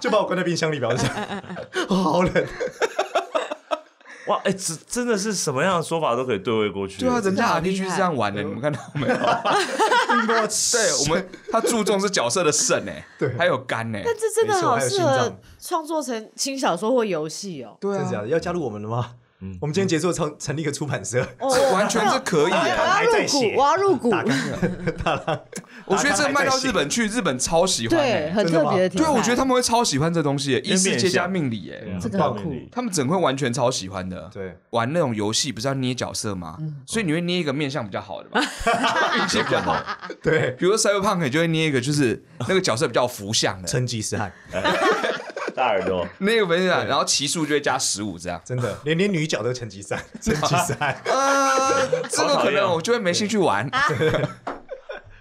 [SPEAKER 1] 就把我关在冰箱里边，我就想
[SPEAKER 3] *laughs*
[SPEAKER 1] 好冷，
[SPEAKER 3] 啊哇，哎、这真的是什么样的说法都可以对位过去。
[SPEAKER 2] 对啊，人家
[SPEAKER 5] 好厉
[SPEAKER 2] RPG
[SPEAKER 5] 害
[SPEAKER 2] 是这样玩的，你们看到没
[SPEAKER 1] *laughs*
[SPEAKER 2] 有？
[SPEAKER 1] 冰风暴，
[SPEAKER 2] 对我们，他注重是角色的肾哎，
[SPEAKER 1] 对
[SPEAKER 2] 还有肝哎，
[SPEAKER 5] 但这真的
[SPEAKER 1] 没错
[SPEAKER 5] 好
[SPEAKER 1] 还有
[SPEAKER 5] 适
[SPEAKER 1] 心
[SPEAKER 5] 合
[SPEAKER 1] 脏
[SPEAKER 5] 创作成轻小说或游戏哦。
[SPEAKER 2] 啊
[SPEAKER 1] 真的假的？要加入我们了吗？我们今天结束成成立一个出版社，
[SPEAKER 5] 哦我
[SPEAKER 2] 完全是可以
[SPEAKER 5] 我
[SPEAKER 2] 啊。
[SPEAKER 5] 要
[SPEAKER 1] 还
[SPEAKER 5] 入
[SPEAKER 1] 在
[SPEAKER 5] 股
[SPEAKER 1] 写，
[SPEAKER 5] 我要入股，
[SPEAKER 2] 我觉得这个卖到日本去，日本超喜欢
[SPEAKER 5] 对，
[SPEAKER 2] 哎。
[SPEAKER 5] 很
[SPEAKER 1] 真的
[SPEAKER 5] 特
[SPEAKER 1] 吗
[SPEAKER 5] 别的题材。
[SPEAKER 2] 对，我觉得他们会超喜欢这东西哎，
[SPEAKER 3] 因为
[SPEAKER 2] 异世界加命理哎
[SPEAKER 3] 对。啊
[SPEAKER 5] 这个很酷
[SPEAKER 2] 他们整会完全超喜欢的，
[SPEAKER 1] 对，
[SPEAKER 2] 玩那种游戏不是要捏角色吗？所以你会捏一个面相比较好的嘛，运气比较好。
[SPEAKER 1] 对，
[SPEAKER 2] 比如说 Cyberpunk 你就会捏一个，就是那个角色比较有福相的，
[SPEAKER 1] 成吉思汗，
[SPEAKER 3] 大耳朵，
[SPEAKER 2] 那个分享，然后奇数就会加十五这样。
[SPEAKER 1] 真的，连连女角都成吉 *laughs* 思汗，成吉思汗，
[SPEAKER 2] 呃，这个
[SPEAKER 3] 好
[SPEAKER 2] 可
[SPEAKER 3] 讨厌
[SPEAKER 2] 能
[SPEAKER 3] 哦
[SPEAKER 2] 我就会没兴趣玩。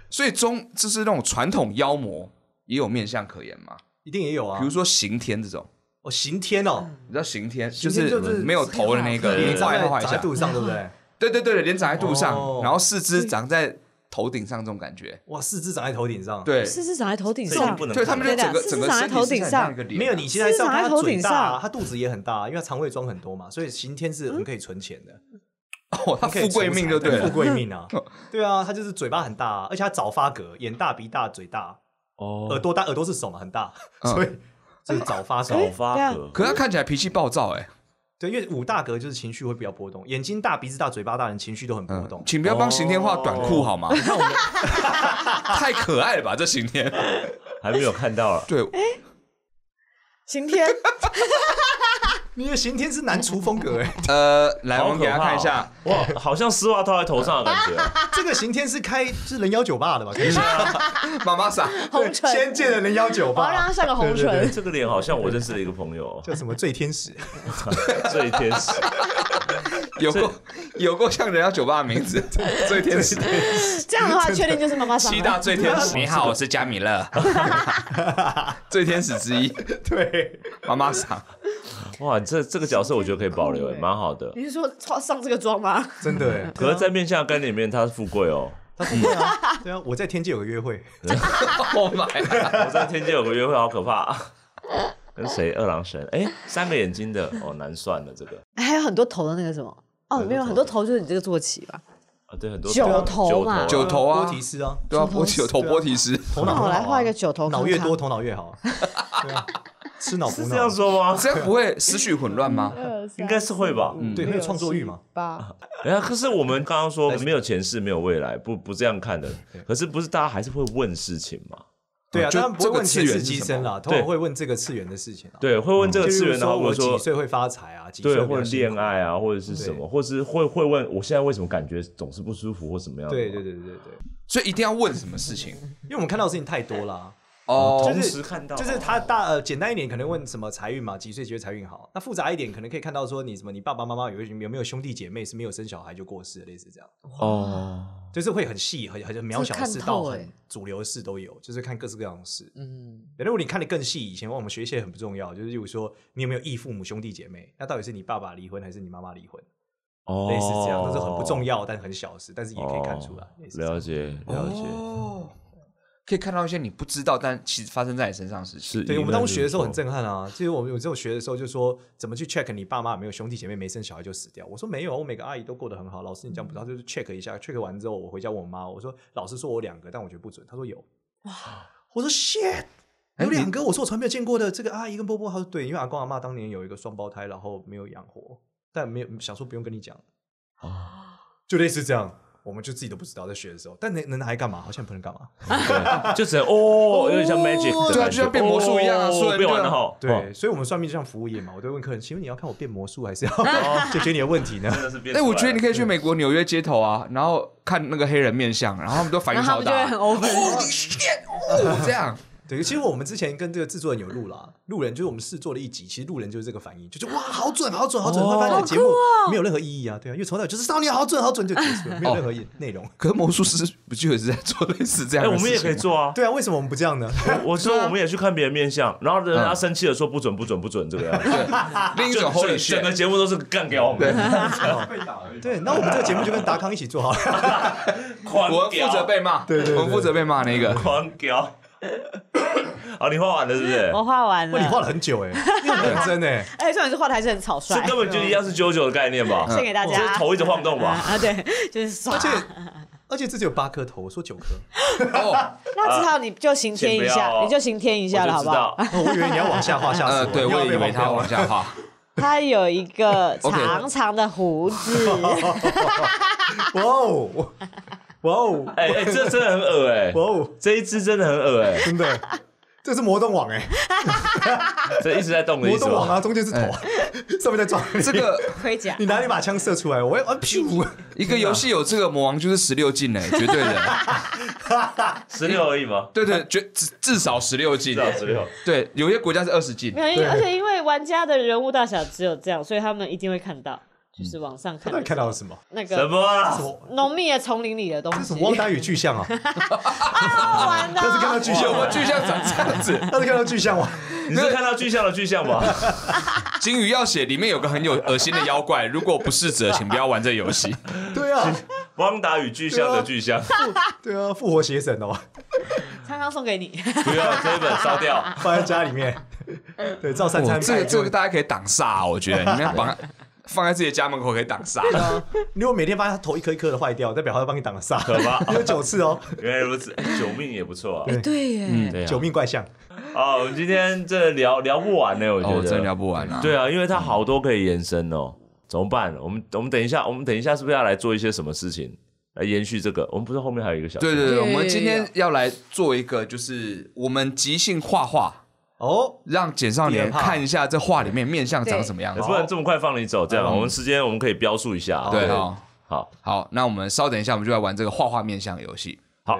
[SPEAKER 2] 所以中就是那种传统妖魔也有面相可言嘛，
[SPEAKER 1] 一定也有啊
[SPEAKER 2] 比如，说刑天这种，
[SPEAKER 1] 哦，刑天哦，
[SPEAKER 2] 你知道刑天就
[SPEAKER 1] 刑天
[SPEAKER 2] 是
[SPEAKER 1] 就是
[SPEAKER 2] 没有头的那个，
[SPEAKER 3] 对
[SPEAKER 1] 脸
[SPEAKER 2] 脸
[SPEAKER 1] 长
[SPEAKER 2] 坏
[SPEAKER 1] 在
[SPEAKER 2] 坏一
[SPEAKER 1] 长在
[SPEAKER 2] 下，
[SPEAKER 1] 肚子上，对不
[SPEAKER 3] 嗯
[SPEAKER 1] 对？
[SPEAKER 2] 对对对，脸长在肚上
[SPEAKER 1] 哦，嗯
[SPEAKER 2] 然后四肢长在头顶上这种感觉，
[SPEAKER 1] 哇，四肢长在头顶上，
[SPEAKER 2] 对，
[SPEAKER 5] 是是长在头顶
[SPEAKER 3] 这已经
[SPEAKER 5] 上
[SPEAKER 3] 不，能看
[SPEAKER 2] 对
[SPEAKER 3] 了。
[SPEAKER 2] 他们就整个
[SPEAKER 5] 对的
[SPEAKER 2] 整个
[SPEAKER 5] 是长在
[SPEAKER 2] 身体
[SPEAKER 5] 头顶
[SPEAKER 2] 是
[SPEAKER 5] 上
[SPEAKER 2] 像一个脸啊
[SPEAKER 1] 没有，你现在
[SPEAKER 5] 是
[SPEAKER 1] 上
[SPEAKER 5] 长在
[SPEAKER 1] 他
[SPEAKER 5] 头
[SPEAKER 1] 嘴
[SPEAKER 5] 顶
[SPEAKER 1] 大啊，
[SPEAKER 5] 上嗯
[SPEAKER 1] 他肚子也很大啊，因为他肠胃装很多嘛，所以刑天是很可以存钱的，
[SPEAKER 2] *laughs* 哦，他
[SPEAKER 1] 可以
[SPEAKER 2] 富贵命就对
[SPEAKER 1] 储藏富贵
[SPEAKER 2] 了。
[SPEAKER 1] 命
[SPEAKER 2] *laughs*
[SPEAKER 1] 啊，对啊，他就是嘴巴很大啊，而且他早发格，眼大鼻大嘴大，耳
[SPEAKER 3] 哦，
[SPEAKER 1] 朵大，耳朵是手嘛，很大，
[SPEAKER 2] 嗯
[SPEAKER 1] 所以就是早发
[SPEAKER 3] 早
[SPEAKER 5] 哎
[SPEAKER 1] 手。
[SPEAKER 3] 发格，
[SPEAKER 2] 啊可是他看起来脾气暴躁哎，
[SPEAKER 1] 对，因为五大格就是情绪会比较波动，眼睛大、鼻子大、嘴巴大人情绪都很波动。
[SPEAKER 2] 请不要帮刑天画短裤好吗？ *laughs* 太可爱了吧，这刑天。
[SPEAKER 3] 还没有看到啊。
[SPEAKER 2] 对，
[SPEAKER 5] 刑天
[SPEAKER 1] 你的刑天是南厨风格哎， *laughs*
[SPEAKER 2] 呃，来我
[SPEAKER 3] 好
[SPEAKER 2] 们
[SPEAKER 3] 可
[SPEAKER 2] 给
[SPEAKER 3] 怕
[SPEAKER 2] 大家
[SPEAKER 3] 哦
[SPEAKER 2] 看一下，，
[SPEAKER 3] 哇，好像丝袜套在头上的感觉。啊
[SPEAKER 1] *laughs* 这个刑天是开是人妖酒吧
[SPEAKER 2] *laughs*
[SPEAKER 1] 的吧？可以说
[SPEAKER 2] 妈妈桑，
[SPEAKER 5] 红
[SPEAKER 1] 对仙
[SPEAKER 5] 唇，
[SPEAKER 1] 界的人妖酒
[SPEAKER 5] 我
[SPEAKER 1] 吧，
[SPEAKER 5] 要啊让他上个红
[SPEAKER 1] 对对
[SPEAKER 5] 唇
[SPEAKER 1] 对。
[SPEAKER 3] 这个脸好像我认识的一个朋友，哦
[SPEAKER 1] 叫什么醉天使？
[SPEAKER 3] *laughs* 最天使，
[SPEAKER 2] 有过有过像人家酒吧的名字，最天使，
[SPEAKER 5] 这样的话，确定就是妈妈桑
[SPEAKER 2] 七
[SPEAKER 5] 了。
[SPEAKER 2] 大最天使。你好，我是加米勒，最天使之一，
[SPEAKER 1] 对，
[SPEAKER 2] 妈妈桑。
[SPEAKER 3] 哇，这这个角色我觉得可以保留，欸蛮好的。
[SPEAKER 5] 你是说穿上这个妆吗？
[SPEAKER 1] 真的
[SPEAKER 2] *laughs*
[SPEAKER 1] 哎。
[SPEAKER 3] 可是，在面相干里面，他是富贵哦。
[SPEAKER 1] 对啊，我在天界有个约会，
[SPEAKER 2] Oh my，
[SPEAKER 3] 我在天界有个约会，好可怕、跟谁？二郎神？哎、三个眼睛的，哦，难算了这个
[SPEAKER 5] 还有很多头的那个什么？哦，没有很多头就是你这个坐骑吧？
[SPEAKER 3] 啊，对，很多
[SPEAKER 5] 九
[SPEAKER 3] 头
[SPEAKER 5] 头嘛
[SPEAKER 2] 九头啊
[SPEAKER 1] 波提斯啊，
[SPEAKER 2] 对啊，波提有头波提斯，
[SPEAKER 1] 头脑
[SPEAKER 5] 那
[SPEAKER 1] 很好
[SPEAKER 5] 我
[SPEAKER 1] 啊
[SPEAKER 5] 来画一个九头看看，
[SPEAKER 1] 脑越多头脑越好。对啊，吃脑补
[SPEAKER 3] 是这
[SPEAKER 1] 脑
[SPEAKER 3] 样，说
[SPEAKER 2] *laughs*
[SPEAKER 3] 吗？
[SPEAKER 1] 啊
[SPEAKER 2] 这样不会思绪混乱吗？
[SPEAKER 3] 应该是会吧。
[SPEAKER 1] 对，很有创作欲嘛。
[SPEAKER 5] 吧？
[SPEAKER 3] 哎、呀，可是我们刚刚说没有前世，没有未来，不不这样看的。可是不是大家还是会问事情嘛？
[SPEAKER 1] 对啊，
[SPEAKER 2] 就
[SPEAKER 1] 当然不会问
[SPEAKER 2] 这
[SPEAKER 1] 前
[SPEAKER 2] 个次
[SPEAKER 1] 世
[SPEAKER 2] 元是
[SPEAKER 1] 今
[SPEAKER 2] 什么
[SPEAKER 1] 生啦，通常
[SPEAKER 3] 对
[SPEAKER 1] 会问这个次元的事情啊。
[SPEAKER 3] 对，会问这
[SPEAKER 1] 就
[SPEAKER 3] 个
[SPEAKER 1] 是
[SPEAKER 3] 次元，然后
[SPEAKER 1] 我
[SPEAKER 3] 我说
[SPEAKER 1] 几岁会发财啊，几岁
[SPEAKER 3] 对，
[SPEAKER 1] 会比较
[SPEAKER 3] 或者
[SPEAKER 1] 辛苦
[SPEAKER 3] 恋爱啊，或者是什么，或是会会问我现在为什么感觉总是不舒服或什么样的嘛。
[SPEAKER 1] 对对对对对对，
[SPEAKER 2] 所以一定要问什么事情
[SPEAKER 1] 因为我们看到的事情太多啦。
[SPEAKER 2] 哦
[SPEAKER 1] 就
[SPEAKER 3] 同
[SPEAKER 1] 是
[SPEAKER 3] 时看到哦
[SPEAKER 1] 就是他大呃简单一点，可能问什么财运嘛，几岁几岁财运好？那复杂一点，可能可以看到说你什么，你爸爸妈妈有有没有兄弟姐妹是没有生小孩就过世的，类似这样，
[SPEAKER 3] 哦，
[SPEAKER 1] 就是会很细、很很渺小的事
[SPEAKER 5] 这看透
[SPEAKER 1] 到
[SPEAKER 5] 欸
[SPEAKER 1] 很主流的事都有，就是看各式各样的事。
[SPEAKER 5] 嗯，
[SPEAKER 1] *laughs* 对如果你看得更细，以前我们学一些很不重要，就是例如说你有没有异父母兄弟姐妹，那到底是你爸爸离婚还是你妈妈离婚，
[SPEAKER 3] 哦
[SPEAKER 1] 类似这样，都是很不
[SPEAKER 2] 哦
[SPEAKER 1] 重要但很小的事，但是也可以看出来。类似这样
[SPEAKER 3] 了解了解，
[SPEAKER 2] 哦，可以看到一些你不知道，但其实发生在你身上的事情。
[SPEAKER 3] 是
[SPEAKER 1] 对，
[SPEAKER 3] 一
[SPEAKER 1] 我们当
[SPEAKER 3] 般
[SPEAKER 1] 时
[SPEAKER 3] 是
[SPEAKER 1] 学的时候很
[SPEAKER 3] 说
[SPEAKER 1] 震撼啊！其实我们有时候学的时候就说，怎么去 check 你爸妈有没有兄弟姐妹没生小孩就死掉？我说没有啊，我每个阿姨都过得很好。老师，你这样不知道，就是 check 一下，check 完之后我回家问我妈，我说老师说我两个，但我觉得不准。她说有，哇，我说 shit。
[SPEAKER 2] 哎
[SPEAKER 1] 有
[SPEAKER 2] 你
[SPEAKER 1] 两个，我说我从来没有见过的这个阿姨跟波波，她说对，因为阿公阿妈当年有一个双胞胎，然后没有养活，但没有想说不用跟你讲，
[SPEAKER 2] 哦
[SPEAKER 1] 就类似这样，我们就自己都不知道在学的时候，但能能拿来干嘛？好像也不能干嘛。
[SPEAKER 3] *laughs* 对就只能哦，有点像 magic，的
[SPEAKER 2] 对啊就
[SPEAKER 3] 感觉
[SPEAKER 2] 像变魔术一样啊
[SPEAKER 3] 哦
[SPEAKER 2] 虽然
[SPEAKER 3] 变
[SPEAKER 2] 对
[SPEAKER 3] 完
[SPEAKER 2] 啊
[SPEAKER 3] 了哈，哦
[SPEAKER 1] 对，所以我们算命就像服务业嘛，我都会问客人，请问你要看我变魔术，还是要
[SPEAKER 2] 哦
[SPEAKER 1] 解决你的问题呢？ *laughs*
[SPEAKER 3] 真的是变
[SPEAKER 2] 哎，
[SPEAKER 3] 出
[SPEAKER 2] 我
[SPEAKER 3] 来
[SPEAKER 2] 觉得
[SPEAKER 3] 了
[SPEAKER 2] 你可以去美国纽约街头啊，然后看那个黑人面相，然后他们都反应
[SPEAKER 5] 然后他
[SPEAKER 2] 超
[SPEAKER 5] 们
[SPEAKER 2] 大
[SPEAKER 5] 就会很。over，
[SPEAKER 2] *laughs*
[SPEAKER 1] *laughs*
[SPEAKER 2] 哦，这
[SPEAKER 3] *laughs*
[SPEAKER 2] 样，
[SPEAKER 1] 对，其实我们之前跟这个制作人有录啦，路人就是我们试做了一集，其实路人就是这个反应，就是哇，好准，好准，好准，
[SPEAKER 3] 哦
[SPEAKER 1] 会发现这个节目没有任何意义啊，对啊，因为从头到尾就是少年好准，好准就结束了，没有任何内
[SPEAKER 2] *laughs*
[SPEAKER 1] 容。
[SPEAKER 2] 可是魔术师不就也是在做类似这
[SPEAKER 3] 哎，
[SPEAKER 2] 样
[SPEAKER 3] 我
[SPEAKER 2] 的事情吗？
[SPEAKER 3] 们也可以做啊。
[SPEAKER 1] 对啊，为什么我们不这
[SPEAKER 2] *laughs*
[SPEAKER 1] 样呢？
[SPEAKER 3] 我
[SPEAKER 2] 啊
[SPEAKER 3] 说我们也去看别人面相，然后人
[SPEAKER 2] 嗯
[SPEAKER 3] 家生气了说不准不准不准这个
[SPEAKER 2] *laughs*
[SPEAKER 3] 样子，
[SPEAKER 2] 另一
[SPEAKER 3] *laughs* 就
[SPEAKER 2] 种 holy
[SPEAKER 3] 整
[SPEAKER 2] shit
[SPEAKER 3] 整个节目都是干掉我们，
[SPEAKER 1] 对，那我们这个节目就跟达康一起做
[SPEAKER 2] *laughs*
[SPEAKER 1] 好
[SPEAKER 2] 啊
[SPEAKER 1] 了。
[SPEAKER 3] 狂
[SPEAKER 2] 我们
[SPEAKER 3] 屌
[SPEAKER 2] 负责被骂，
[SPEAKER 1] 对对对
[SPEAKER 2] 我们负责被骂那
[SPEAKER 3] *laughs*
[SPEAKER 2] 个。
[SPEAKER 3] 狂屌。好，你画完了是不是？
[SPEAKER 4] 我画完
[SPEAKER 1] 哇，你
[SPEAKER 4] 了，
[SPEAKER 1] 画了很
[SPEAKER 2] *laughs*
[SPEAKER 1] 久哎，你很认真哎，
[SPEAKER 4] 而且重点是画的还是很草
[SPEAKER 3] 这
[SPEAKER 4] 率，
[SPEAKER 3] 根本就一样是九九的概念吧？哦
[SPEAKER 4] 献给哦
[SPEAKER 1] 嗯
[SPEAKER 4] 大
[SPEAKER 3] 就是
[SPEAKER 4] 家。
[SPEAKER 3] 头一直晃动吧？
[SPEAKER 4] 啊，对，
[SPEAKER 1] *laughs*
[SPEAKER 4] 就是耍。
[SPEAKER 1] 而且而且这只有八颗头，我说九颗，
[SPEAKER 2] 哦，
[SPEAKER 4] 那只好你就刑天一
[SPEAKER 3] 先不
[SPEAKER 4] 下
[SPEAKER 3] 要，哦
[SPEAKER 4] 你就刑天一
[SPEAKER 3] 一
[SPEAKER 4] 下嗯了，好不好？？
[SPEAKER 1] 哦我以为你要往下画，吓死
[SPEAKER 2] 呃，
[SPEAKER 1] 我！
[SPEAKER 2] 对，
[SPEAKER 1] 你要
[SPEAKER 2] 我
[SPEAKER 1] 被
[SPEAKER 2] 也以为他
[SPEAKER 1] 黄标
[SPEAKER 2] 往下
[SPEAKER 3] *laughs*
[SPEAKER 2] 画。
[SPEAKER 4] 他有一
[SPEAKER 1] *laughs*
[SPEAKER 4] 个
[SPEAKER 2] OK
[SPEAKER 4] 长长的胡子，
[SPEAKER 1] 哇哦，哇哦，
[SPEAKER 3] 哎哎，这真的很恶哎
[SPEAKER 1] 哇！哦，
[SPEAKER 3] 这一只真的很恶
[SPEAKER 2] *laughs*
[SPEAKER 3] 哎，
[SPEAKER 1] 真的，这是魔动网哎，
[SPEAKER 3] 这一直在动的意
[SPEAKER 1] 魔
[SPEAKER 3] 思
[SPEAKER 1] 动网
[SPEAKER 3] 吧？
[SPEAKER 1] 啊，中间是头， *laughs* 上面在撞
[SPEAKER 2] 这个
[SPEAKER 4] 盔甲
[SPEAKER 1] *laughs* 你拿一把枪射出来，我要啊噗，
[SPEAKER 2] 一个游戏有这个魔王就是十六进哎，
[SPEAKER 3] *laughs*
[SPEAKER 2] 绝对的，
[SPEAKER 3] 十六而
[SPEAKER 2] *laughs*
[SPEAKER 3] 已吗？
[SPEAKER 2] 对对，绝至至少十六进
[SPEAKER 3] 至。少十六。
[SPEAKER 2] 对，有些国家是二十进
[SPEAKER 4] 没。有，因为而且因为玩家的人物大小只有这样，所以他们一定会看到，就是往上看
[SPEAKER 1] 那
[SPEAKER 4] 的
[SPEAKER 1] 你看到了什么？
[SPEAKER 4] 那
[SPEAKER 3] 什
[SPEAKER 4] 个
[SPEAKER 3] 么啊？
[SPEAKER 4] 浓密的丛林里的东
[SPEAKER 1] 这是
[SPEAKER 4] 西
[SPEAKER 1] 什么，汪达与巨像啊？
[SPEAKER 5] *laughs*
[SPEAKER 4] 好玩
[SPEAKER 5] 啊
[SPEAKER 4] 的
[SPEAKER 1] 那是看到
[SPEAKER 4] 哦。
[SPEAKER 1] 巨
[SPEAKER 2] 有
[SPEAKER 1] 像
[SPEAKER 2] 我
[SPEAKER 1] 吗？
[SPEAKER 2] 巨像长这样子，
[SPEAKER 1] 那是看到巨像啊吗？
[SPEAKER 3] 你是看到巨像的巨像
[SPEAKER 2] *laughs*
[SPEAKER 3] 吧？
[SPEAKER 2] 金鱼要写里面有个很有恶心的妖怪，如果不是者，请不要玩这游
[SPEAKER 3] *laughs*
[SPEAKER 2] 戏。
[SPEAKER 1] 对啊，
[SPEAKER 3] 汪达与巨像
[SPEAKER 2] 啊
[SPEAKER 3] 的巨像，
[SPEAKER 1] 对啊，复活邪神哦，
[SPEAKER 4] 康康送给你，
[SPEAKER 3] *laughs* 不要这一本烧掉。
[SPEAKER 1] 放在家里面，对，照三
[SPEAKER 2] 哇
[SPEAKER 1] 餐
[SPEAKER 2] 这个
[SPEAKER 1] 拍。
[SPEAKER 2] 这个大家可以挡煞，啊我觉得你们
[SPEAKER 3] *laughs*
[SPEAKER 2] 绑放在自己的家门口可以挡煞。啊
[SPEAKER 1] 如果每天发现他头一颗一颗的坏掉，代表他帮你挡了煞，
[SPEAKER 3] 可怕
[SPEAKER 1] *laughs* 你有九次哦，
[SPEAKER 3] 原来如此，哎九命也不错啊。
[SPEAKER 5] 对耶，
[SPEAKER 3] 对
[SPEAKER 1] 九命怪象。
[SPEAKER 3] 啊，我们今天这聊聊不完 *laughs* 呢，我觉
[SPEAKER 2] 哦，
[SPEAKER 3] 得
[SPEAKER 2] 真聊不完啊。
[SPEAKER 3] 对啊，因为它好多可以延伸哦，怎么办？我们我们等一下，我们等一下是不是要来做一些什么事情来延续这个？我们不是后面还有一个小
[SPEAKER 2] 对对对，
[SPEAKER 5] 对
[SPEAKER 2] 我们今天要来做一个，就是我们即兴画画，
[SPEAKER 1] 哦，
[SPEAKER 2] 让简少年
[SPEAKER 1] 第二趴
[SPEAKER 2] 看一下这画里面面相长什么样
[SPEAKER 3] 也
[SPEAKER 2] 子。
[SPEAKER 3] 不哎能这么快放你走，这样我们时间我们可以标注一下。啊
[SPEAKER 2] 对哦，
[SPEAKER 3] 好
[SPEAKER 2] 好，那我们稍等一下，我们就来玩这个画画面相游戏。
[SPEAKER 3] 好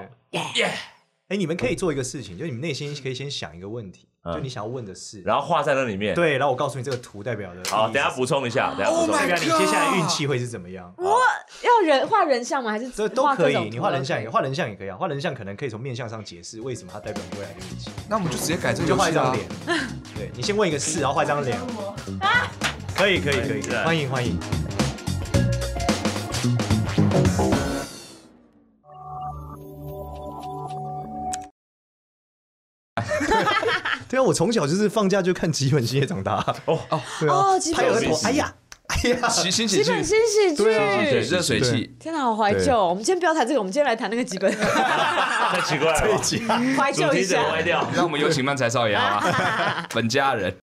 [SPEAKER 1] 哎，你们可以做一个事情，就你们内心可以先想一个问题，就你想要问的事，
[SPEAKER 3] 然后画在那里面。
[SPEAKER 1] 对，然后我告诉你这个图代表的意义是什么。
[SPEAKER 3] 好，等一下补充一下，等一下补
[SPEAKER 2] Oh
[SPEAKER 3] 充一
[SPEAKER 2] my
[SPEAKER 1] 看
[SPEAKER 3] 下。
[SPEAKER 1] 你接下来运气会是怎么样。
[SPEAKER 5] 要人画人像吗？还是
[SPEAKER 1] 这都
[SPEAKER 5] 画
[SPEAKER 1] 可
[SPEAKER 5] 各
[SPEAKER 1] 以
[SPEAKER 5] 种，
[SPEAKER 1] 你
[SPEAKER 5] 图啊
[SPEAKER 1] 画人
[SPEAKER 5] 都
[SPEAKER 1] 像
[SPEAKER 5] 可以
[SPEAKER 1] 也画人像也可以啊，画人像可能可以从面相上解释为什么它代表未来的运气，
[SPEAKER 2] 那我们就直接改这
[SPEAKER 1] 你就
[SPEAKER 2] 个游
[SPEAKER 1] 画一
[SPEAKER 2] 戏
[SPEAKER 1] 张
[SPEAKER 2] 啦
[SPEAKER 1] 脸。， *laughs* 对你先问一个事，然后画一张脸。可以可以可以，欢迎欢迎。对啊，我从小就是放假就看吉本兴业长大。哦哦，对啊
[SPEAKER 5] 哦，吉，
[SPEAKER 1] 拍
[SPEAKER 5] 本
[SPEAKER 1] 额头，哎呀哎呀，
[SPEAKER 2] 喜新喜
[SPEAKER 5] 基
[SPEAKER 2] 剧，
[SPEAKER 5] 本新喜剧，
[SPEAKER 1] 对啊
[SPEAKER 2] 对热水器，
[SPEAKER 5] 天哪，好怀旧哦！我们今天不要谈这个，我们今天来谈那个
[SPEAKER 1] *laughs*
[SPEAKER 5] 基本，
[SPEAKER 3] *laughs* 太奇怪了吧，
[SPEAKER 1] 这一集啊
[SPEAKER 5] 怀
[SPEAKER 3] 主
[SPEAKER 5] *laughs* 旧一
[SPEAKER 3] 题整个
[SPEAKER 5] 下
[SPEAKER 3] 歪。掉。
[SPEAKER 2] 啊 *laughs* 让我们有请漫才少爷好吗？本家人，